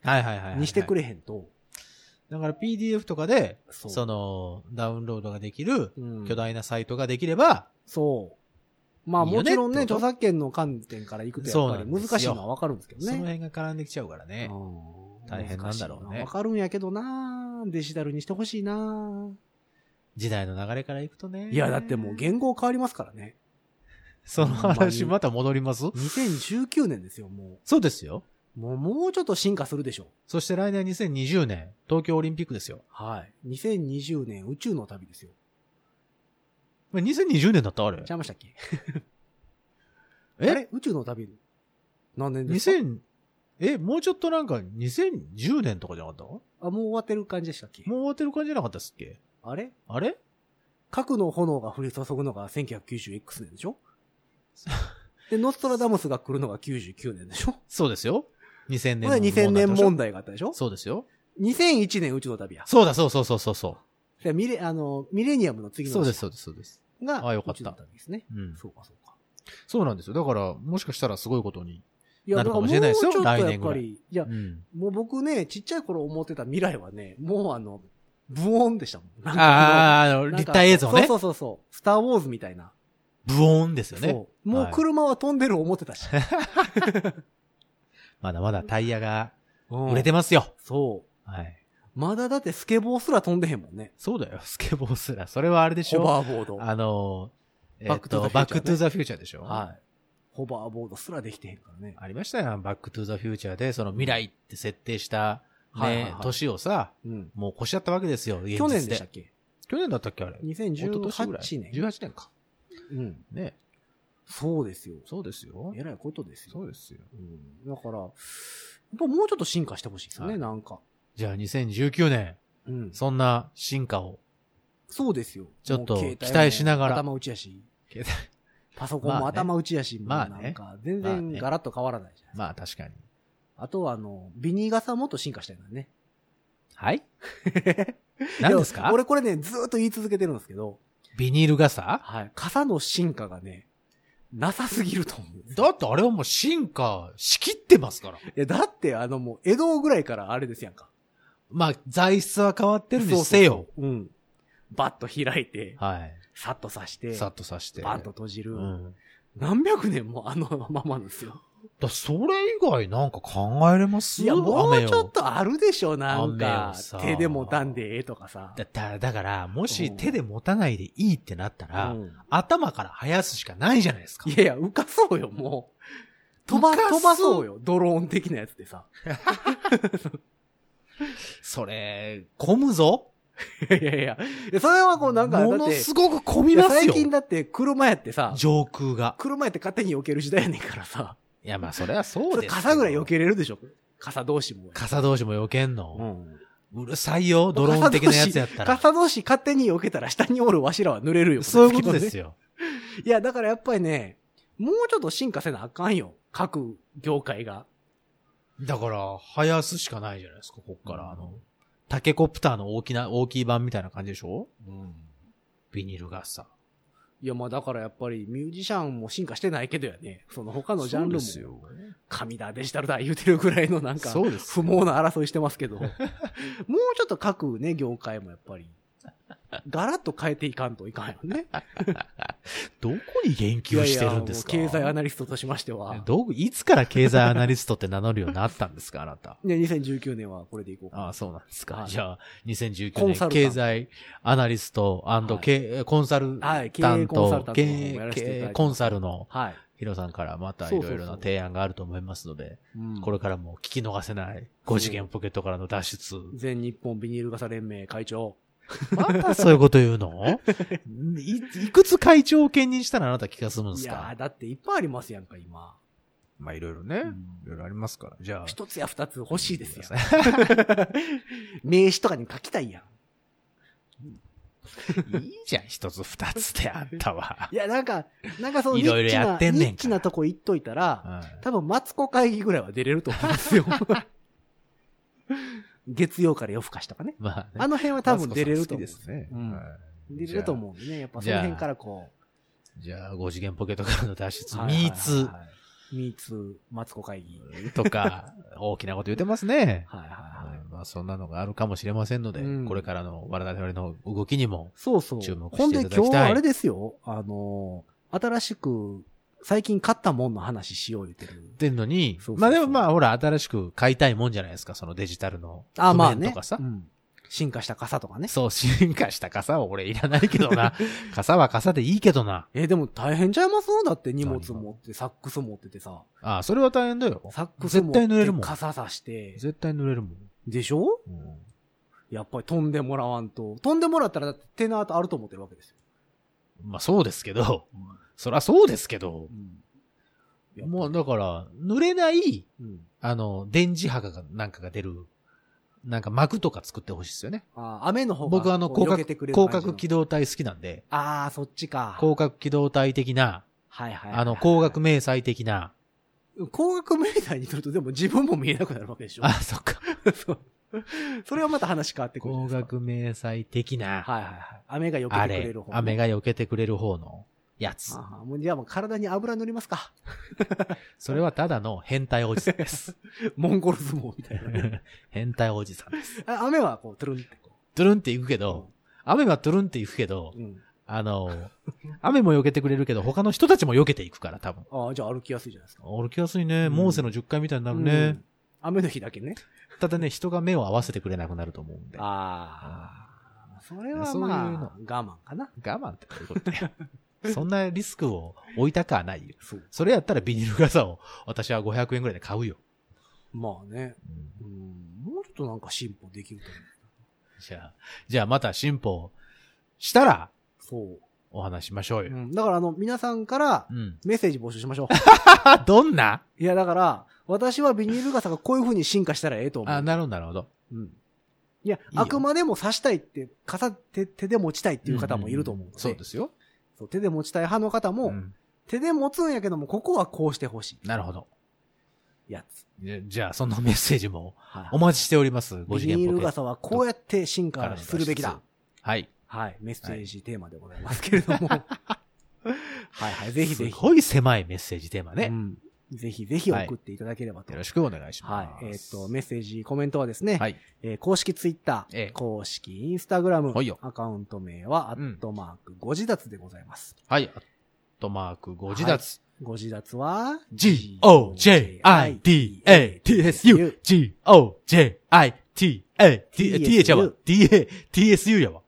Speaker 3: はいはいはいはい。
Speaker 2: にしてくれへんと、
Speaker 3: だから PDF とかで、
Speaker 2: そ
Speaker 3: その、ダウンロードができる、
Speaker 2: うん
Speaker 3: 巨大なサイトができれば、
Speaker 2: そう。まあ
Speaker 3: いいよ
Speaker 2: も
Speaker 3: ね
Speaker 2: ちろんね、
Speaker 3: ってこと
Speaker 2: 著作権の観点からいくと
Speaker 3: そう
Speaker 2: や
Speaker 3: な
Speaker 2: っぱ
Speaker 3: ん
Speaker 2: り
Speaker 3: ですよ
Speaker 2: 難しいのはわかるんですけど
Speaker 3: その
Speaker 2: ね。
Speaker 3: 辺が絡んできちゃうからね。
Speaker 2: うん
Speaker 3: 大変なんだろう
Speaker 2: 難
Speaker 3: ね
Speaker 2: しいなわかるんやけどなデジタルにしてほしいな
Speaker 3: 時代の流れからいくとね。
Speaker 2: いや、だってもう言語変わりますからね。
Speaker 3: その
Speaker 2: ほんま
Speaker 3: 話
Speaker 2: に
Speaker 3: また戻ります
Speaker 2: 2019年ですよ、も
Speaker 3: そうですよ。
Speaker 2: う。もう、もうちょっと進化するでしょう。
Speaker 3: そして来年2020年、東京オリンピックですよ。
Speaker 2: はい。2020年宇宙の旅ですよ。
Speaker 3: まあ2020年だったあれ
Speaker 2: ち。ゃいましたっけ
Speaker 3: え
Speaker 2: あれ宇宙の旅何年ですか
Speaker 3: 2000、え、もうちょっとなんか2010年とかじゃなかったも
Speaker 2: あ、もう終わってる感じでしたっけ
Speaker 3: う終わってる感じじゃなかったっすっけ
Speaker 2: あれ
Speaker 3: あれ
Speaker 2: 核の炎が降り注ぐのが 1990X 年でし ょで、ノストラダムスが来るのが99年でしょこ
Speaker 3: そうですよ。2000
Speaker 2: れ
Speaker 3: 年
Speaker 2: は2000年問
Speaker 3: 題。
Speaker 2: 題があったでしょ
Speaker 3: そうですよ。
Speaker 2: 2001年宇宙の旅や。
Speaker 3: そうだ、そうそうそうそうそ
Speaker 2: でミレ、あの、ミレニアムの
Speaker 3: う。
Speaker 2: 次の
Speaker 3: そうです、そうです、そうです。
Speaker 2: が、
Speaker 3: あよか
Speaker 2: 宇
Speaker 3: った
Speaker 2: 宙の旅ですね。
Speaker 3: うん。
Speaker 2: そうか、そうか。
Speaker 3: そうなんですよ。だから、もしかしたらすごいことに。
Speaker 2: いや、だ
Speaker 3: なる
Speaker 2: か
Speaker 3: から
Speaker 2: も
Speaker 3: も
Speaker 2: う
Speaker 3: し
Speaker 2: ちょ
Speaker 3: れ
Speaker 2: っとや
Speaker 3: ないですよ
Speaker 2: っ
Speaker 3: 来年ぐ
Speaker 2: ぱ
Speaker 3: らい
Speaker 2: り、いや
Speaker 3: う、ん。
Speaker 2: もう僕ね、ちっちゃい頃思ってた未来はね、もうあの、ブオーンでしたもん。なんか
Speaker 3: ああ、あの、
Speaker 2: なんか
Speaker 3: 立体映像
Speaker 2: そ。う
Speaker 3: ね
Speaker 2: そうそうそう。スターウォーズみたいな。
Speaker 3: ブオーンですよね。
Speaker 2: そう。もう
Speaker 3: はい
Speaker 2: 車は飛んでる思って たし。
Speaker 3: まだまだタイヤが
Speaker 2: 売
Speaker 3: 売れてますよ。
Speaker 2: そ
Speaker 3: はい。
Speaker 2: う。まだだってスケボーすら飛んでへんもんね。
Speaker 3: そうだよ、スケボーすら。それはあれでし
Speaker 2: ホ
Speaker 3: ょ
Speaker 2: バーボード。
Speaker 3: あの、え
Speaker 2: バ
Speaker 3: っ
Speaker 2: ックトゥザ
Speaker 3: と、
Speaker 2: フューチャーね
Speaker 3: バックトゥザフューチャーでしょ
Speaker 2: はい。ホバーボードすらできてへんからね。
Speaker 3: ありましたよ、バックトゥザフューチャーで、その未来って設定した、
Speaker 2: はいはい
Speaker 3: ね
Speaker 2: はい、
Speaker 3: 年をさ、
Speaker 2: うん。
Speaker 3: もう越しちゃったわけですよ、現
Speaker 2: 去年
Speaker 3: 実
Speaker 2: でしたっ
Speaker 3: で。
Speaker 2: け
Speaker 3: 去年だったっけあれ。
Speaker 2: ?2018 年。
Speaker 3: 18年か。
Speaker 2: うん。
Speaker 3: ね。
Speaker 2: そうですよ。
Speaker 3: そうですよ。
Speaker 2: えらいことですよ。
Speaker 3: そうですよ。
Speaker 2: うん。だから、やっぱもうちょっと進化してほしいですよね、
Speaker 3: はい
Speaker 2: なんか。
Speaker 3: じゃあ2019年、
Speaker 2: うん。
Speaker 3: そんな進化 を。
Speaker 2: そうですよ。
Speaker 3: ちょっと
Speaker 2: もう携帯も
Speaker 3: 期待しながら
Speaker 2: 頭打ちやし。
Speaker 3: 携帯
Speaker 2: パソコンも頭打ちやし、
Speaker 3: まあね
Speaker 2: もうなんか、全
Speaker 3: まあ
Speaker 2: 然
Speaker 3: ね
Speaker 2: ガラッと変わらないじゃん。
Speaker 3: まあ確かに。
Speaker 2: あとは、あの、ビニー傘もっと進化したいのね。
Speaker 3: はい何です
Speaker 2: いや
Speaker 3: か
Speaker 2: 俺これね、ずーっと言い続けてるんですけど、
Speaker 3: ビニール傘
Speaker 2: はい。傘の進化がね、なさすぎると思う。
Speaker 3: だってあれはもう進化しきってますから。
Speaker 2: いや、だって、あのもう、江戸ぐらいからあれですやんか。
Speaker 3: まあ材質は変わってるに
Speaker 2: そう
Speaker 3: せよ。。
Speaker 2: うん。バッと開いて、
Speaker 3: はい。
Speaker 2: さっと刺して、
Speaker 3: さっと刺して。
Speaker 2: バンと閉じる。
Speaker 3: うん。
Speaker 2: 何百年もあのままなんですよ。
Speaker 3: だそれ以外なんか考えれます
Speaker 2: いや、もう
Speaker 3: 雨を
Speaker 2: ちょっとあるでしょ、なん
Speaker 3: 雨
Speaker 2: か
Speaker 3: を。さ
Speaker 2: 手で持たんでええとかさ。
Speaker 3: だだだから、も
Speaker 2: う
Speaker 3: し
Speaker 2: ん
Speaker 3: 手で持たないでいいってなったら、
Speaker 2: うん
Speaker 3: 頭から生やすしかないじゃないですか
Speaker 2: い。やいや、浮かそうよ、もう。飛ば、
Speaker 3: 浮かそう
Speaker 2: 飛ばそうよ、ドローン的なやつで さ。
Speaker 3: それ、混むぞ。
Speaker 2: いやいやいやいや。それはこうなんか、だ
Speaker 3: も
Speaker 2: っ
Speaker 3: の
Speaker 2: て、
Speaker 3: すごく混みま
Speaker 2: い
Speaker 3: す
Speaker 2: や最
Speaker 3: よ。
Speaker 2: 近だって車やってさ、
Speaker 3: 上空が。
Speaker 2: 車やって勝手に避ける時代やねんからさ。
Speaker 3: いや、まあ、それはそ
Speaker 2: そ
Speaker 3: うです
Speaker 2: れ
Speaker 3: けど。
Speaker 2: 傘ぐらい避けれるでしょ傘同士も。
Speaker 3: 傘同士も避けん
Speaker 2: う
Speaker 3: の、
Speaker 2: ん。
Speaker 3: うるさいよ、ドローン的なやつやったら。
Speaker 2: 傘同士勝手に避けたら下におるわしらは濡れるよ。
Speaker 3: そういうことです
Speaker 2: よ。
Speaker 3: よ。
Speaker 2: いや、だからやっぱりね、もうちょっと進化せなあかんよ。各業界が。
Speaker 3: だから、生やすしかないじゃないですか、こっから。
Speaker 2: うん
Speaker 3: あの、タケコプターの大きな、大きい版みたいな感じでしょビニール傘。
Speaker 2: いや、まあだからやっぱりミュージシャンも進化してないけどやね。その他のジャンル
Speaker 3: そうです
Speaker 2: も、
Speaker 3: よ。
Speaker 2: 神だ、デジタルだ言うてるぐらいのなんか、
Speaker 3: そうです
Speaker 2: 不
Speaker 3: よ
Speaker 2: 毛な争いしてますけ ど、もうちょっと各ね、業界もやっぱり、ガラッと変えていかんといかんよ ね。
Speaker 3: どこに言及してるんですか
Speaker 2: いやいやもう経済アナリストとしましては、
Speaker 3: どういつから経済アナリストって名乗るようになったんですか、あなた。
Speaker 2: ね、2019年はこれでいこうかな。
Speaker 3: ああ、そうなんです
Speaker 2: は
Speaker 3: か。
Speaker 2: い
Speaker 3: じゃあ、
Speaker 2: コ
Speaker 3: 2019
Speaker 2: ンサ
Speaker 3: 年、
Speaker 2: ルタント
Speaker 3: 経済アナリスト、
Speaker 2: はい
Speaker 3: 経コンサル
Speaker 2: はい
Speaker 3: タント、
Speaker 2: 経
Speaker 3: 経
Speaker 2: 営コンサルタントの方もやらせていただいてます
Speaker 3: 営コンサルの
Speaker 2: はい。
Speaker 3: ヒロさんからまた
Speaker 2: そう
Speaker 3: い
Speaker 2: そうそう
Speaker 3: ろいろな提案があると思いますので、
Speaker 2: うん
Speaker 3: これからも聞き逃せない、5次元ポケットからの脱出。
Speaker 2: 全日本ビニール傘連盟会長。
Speaker 3: またそういうこと言うのいいくつ会長を兼任したらあなた気が済むんで
Speaker 2: い
Speaker 3: す
Speaker 2: や
Speaker 3: か
Speaker 2: ーだっていっぱいありますやんか、今。
Speaker 3: まあいろいろね
Speaker 2: うん
Speaker 3: いろいろありますから。じゃあ
Speaker 2: 一つや二つ欲しいですよ
Speaker 3: ご め。
Speaker 2: 名刺とかに書きたいやん。
Speaker 3: いいじゃん、一つ二つであった わ。
Speaker 2: いや、なんか、なんかそのニ
Speaker 3: いろい
Speaker 2: ッ
Speaker 3: ろ
Speaker 2: チ
Speaker 3: や
Speaker 2: な、
Speaker 3: ってんねんから
Speaker 2: ニッチなとこ行っといた
Speaker 3: う
Speaker 2: ら、
Speaker 3: ん
Speaker 2: 多分マツコ会議ぐらいは出れると思うんです よ。月曜から夜更かしとかね。
Speaker 3: まあ
Speaker 2: あ
Speaker 3: ね、
Speaker 2: の辺は多分出れると思う。
Speaker 3: マツコさん好きですね。
Speaker 2: うん
Speaker 3: はい
Speaker 2: 出れると思うんでね。やっぱその辺からこう。
Speaker 3: じゃあ、じゃあ5次元ポケットからの脱出、
Speaker 2: はいはいはい
Speaker 3: ミーツ
Speaker 2: はい。ミーツ、マツコ会議。
Speaker 3: とか、大きなこと言ってますね。
Speaker 2: はいはいはい。
Speaker 3: うんまあ、そんなのがあるかもしれませんので、
Speaker 2: うん
Speaker 3: これからの我々の動きにも、
Speaker 2: そうそう。
Speaker 3: 注目
Speaker 2: ほ
Speaker 3: し
Speaker 2: ん
Speaker 3: て
Speaker 2: で
Speaker 3: い
Speaker 2: 今
Speaker 3: ただきたい
Speaker 2: 日はあれですよ。あのー、新しく、最近買ったもんの話しよう言ってる。
Speaker 3: ってんのに、
Speaker 2: そうそうそう
Speaker 3: まあでもまあ、ほら、新しく買いたいもんじゃないですか、そのデジタルの。
Speaker 2: あ、まあ
Speaker 3: 譜面
Speaker 2: ね。
Speaker 3: とかさ
Speaker 2: う、ん進化した傘とかね。
Speaker 3: そう、進化した傘は俺いらないけどな。傘は傘でいいけどな。
Speaker 2: え、でも大変ちゃいますだって荷物
Speaker 3: 何が
Speaker 2: 持って、サックス持っててさ。
Speaker 3: ああ、それは大変だよ。
Speaker 2: サックス持っ
Speaker 3: 絶
Speaker 2: て
Speaker 3: 対濡れるもん
Speaker 2: 傘さして。
Speaker 3: 絶対濡れるもん。
Speaker 2: でしょ
Speaker 3: うん
Speaker 2: やっぱり飛んでもらわんと。飛んでもらったらだって手の跡あると思ってるわけですよ。
Speaker 3: まあそうですけど、そりゃそうですけど、
Speaker 2: うん
Speaker 3: もうだから、濡れない、
Speaker 2: うん。
Speaker 3: あの、電磁波がなんかが出る、なんか膜とか作ってほしいですよね。
Speaker 2: あー雨の方が
Speaker 3: 僕はあの、
Speaker 2: こう
Speaker 3: 広
Speaker 2: 避けて
Speaker 3: 角
Speaker 2: くれ、る感
Speaker 3: 広
Speaker 2: じの
Speaker 3: 角機動隊好きなんで、
Speaker 2: ああ、そっちか。
Speaker 3: 広角機動隊的な、
Speaker 2: はいはいはいはい。
Speaker 3: あの、光学迷彩的な、
Speaker 2: 光学迷彩にとるとでも自分も見えなくなるわけでしょ
Speaker 3: あ、そっか。
Speaker 2: そう。それはまた話変わってくるじゃない
Speaker 3: 光
Speaker 2: ですか。
Speaker 3: 学迷彩的な、
Speaker 2: はいはいはい。雨が避
Speaker 3: あ
Speaker 2: けてくれ
Speaker 3: れ
Speaker 2: る方、ね。
Speaker 3: 雨が避けてくれる方のやつ。
Speaker 2: ああ。もうじゃあもう体に油塗りますか。
Speaker 3: それはただの変態おじさん です。
Speaker 2: モンゴル相撲みたいなね。
Speaker 3: 変態おじさんです。
Speaker 2: あ雨はこう、トゥルンってこ
Speaker 3: トゥルンって行くけど、雨はトゥルンって行くけど
Speaker 2: う。、うん。
Speaker 3: あの、雨も避けてくれるけど、他の人たちも避けていくから、多分。
Speaker 2: ああ、じゃあ歩きやすいじゃないですか。
Speaker 3: 歩きやすいね。
Speaker 2: うん
Speaker 3: モーセの10回みたいになるね。
Speaker 2: うん雨の日だけね。
Speaker 3: ただね、人が目を合わせてくれなくなると思うんで。我
Speaker 2: ああ。それは
Speaker 3: そういう
Speaker 2: まあ、我慢かな。
Speaker 3: 慢ってこういうことだよそんなリスクを負いたくはないよ。
Speaker 2: そう。
Speaker 3: それやったらビニール傘を私は500円ぐらいで買うよ。
Speaker 2: まあね。
Speaker 3: うん
Speaker 2: うん。もうちょっとなんか進歩できると
Speaker 3: じゃあ、じゃあまた進歩したら
Speaker 2: 思う。
Speaker 3: お話ししましょう
Speaker 2: そう。
Speaker 3: よ。
Speaker 2: うん。だからあの、皆さんから
Speaker 3: うん。
Speaker 2: メッセージ募集しましょう。
Speaker 3: あ、どんない
Speaker 2: や、だから、私はビニール傘がこういう風に進化したらええと思う。
Speaker 3: あ、なるほど、なるほど。
Speaker 2: うん。いや、
Speaker 3: いよ
Speaker 2: あくまでも刺したいって、傘手、手で持ちたいっていう方もいると思うので、
Speaker 3: そうですよ。
Speaker 2: そう手で持ちたい派の方も、
Speaker 3: うん
Speaker 2: 手で持つんやけども、ここはこうしてほしい。
Speaker 3: なるほど。
Speaker 2: やつ。
Speaker 3: じゃじゃあ、そのメッセージも
Speaker 2: はい
Speaker 3: お待ちしております。ご次
Speaker 2: ビニー
Speaker 3: 元
Speaker 2: ル
Speaker 3: ポケット
Speaker 2: 傘はこうやって進
Speaker 3: からの
Speaker 2: 化するべきだ。。
Speaker 3: はい。
Speaker 2: はい。メッセージテーマでございますけれど も。はいはい。ぜひぜ
Speaker 3: す
Speaker 2: ひ。
Speaker 3: ごい狭いメッセージテーマね。
Speaker 2: うんぜひぜひ送っていただければと。は
Speaker 3: よろ
Speaker 2: い。
Speaker 3: しくお願いします。
Speaker 2: えっ、と、メッセージ、コメントはですね、
Speaker 3: はい。
Speaker 2: えー公式ツイッター、
Speaker 3: ええ
Speaker 2: 公式インスタグラム
Speaker 3: はいよ、
Speaker 2: アカウント名は、ア
Speaker 3: うん
Speaker 2: ットマーク、ご自立でございます。
Speaker 3: はい。アットマーク、ご自立。
Speaker 2: ご自立は、
Speaker 3: G-O-J-I-D-A-T-S-U。G-O-J-I-T-A-T-S-U。TH やわ。D-A-T-S-U やわ。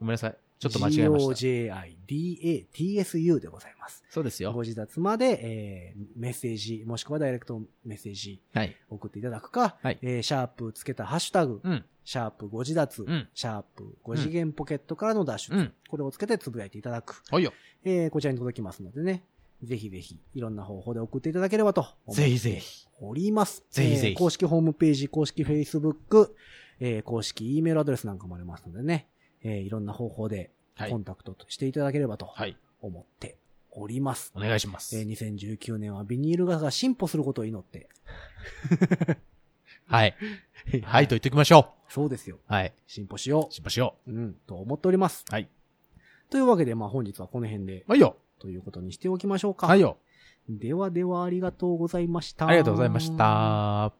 Speaker 3: ごめんなさい。ちょっと間違えました。
Speaker 2: G-O-J-I-D-A-T-S-U でございます。
Speaker 3: そうです
Speaker 2: ご
Speaker 3: よ。
Speaker 2: 自立まで、えーメッセージ、もしくはダイレクトメッセージ
Speaker 3: はい。
Speaker 2: 送っていただくか、
Speaker 3: はい
Speaker 2: えーシャープつけたハッシュタグ、
Speaker 3: うん。
Speaker 2: シャープご自立、
Speaker 3: うん
Speaker 2: シャープ5次元ポケットからの脱出、
Speaker 3: うん。
Speaker 2: これをつけてつぶやいていただく、
Speaker 3: はいよ。
Speaker 2: えーこちらに届きますのでね、ぜひぜひ、いろんな方法で送っていただければと思
Speaker 3: ぜ
Speaker 2: っ
Speaker 3: ひぜ
Speaker 2: て
Speaker 3: ひ。
Speaker 2: おります。
Speaker 3: ぜひぜひ
Speaker 2: えー公式ホームページ、公式 Facebook、えー公式 E メールアドレスなんかもありますのでね、えーいろんな方法で
Speaker 3: はい
Speaker 2: コンタクトとしていただければと
Speaker 3: はい。
Speaker 2: 思っております。
Speaker 3: お願いします
Speaker 2: え。ー2019年はビニール傘が進歩することを祈って、
Speaker 3: はい。はい、と言っておきましょ
Speaker 2: そうですよ。
Speaker 3: う。はい。
Speaker 2: 進歩しよ
Speaker 3: しましょ
Speaker 2: う。うん、と思っております。
Speaker 3: う。はい。
Speaker 2: というわけで、まあ本日はこの辺で、
Speaker 3: はいよ。
Speaker 2: ということにしておきましょうか。
Speaker 3: はいよ。
Speaker 2: ではではありがとうございました。
Speaker 3: ありがとうございまし。た。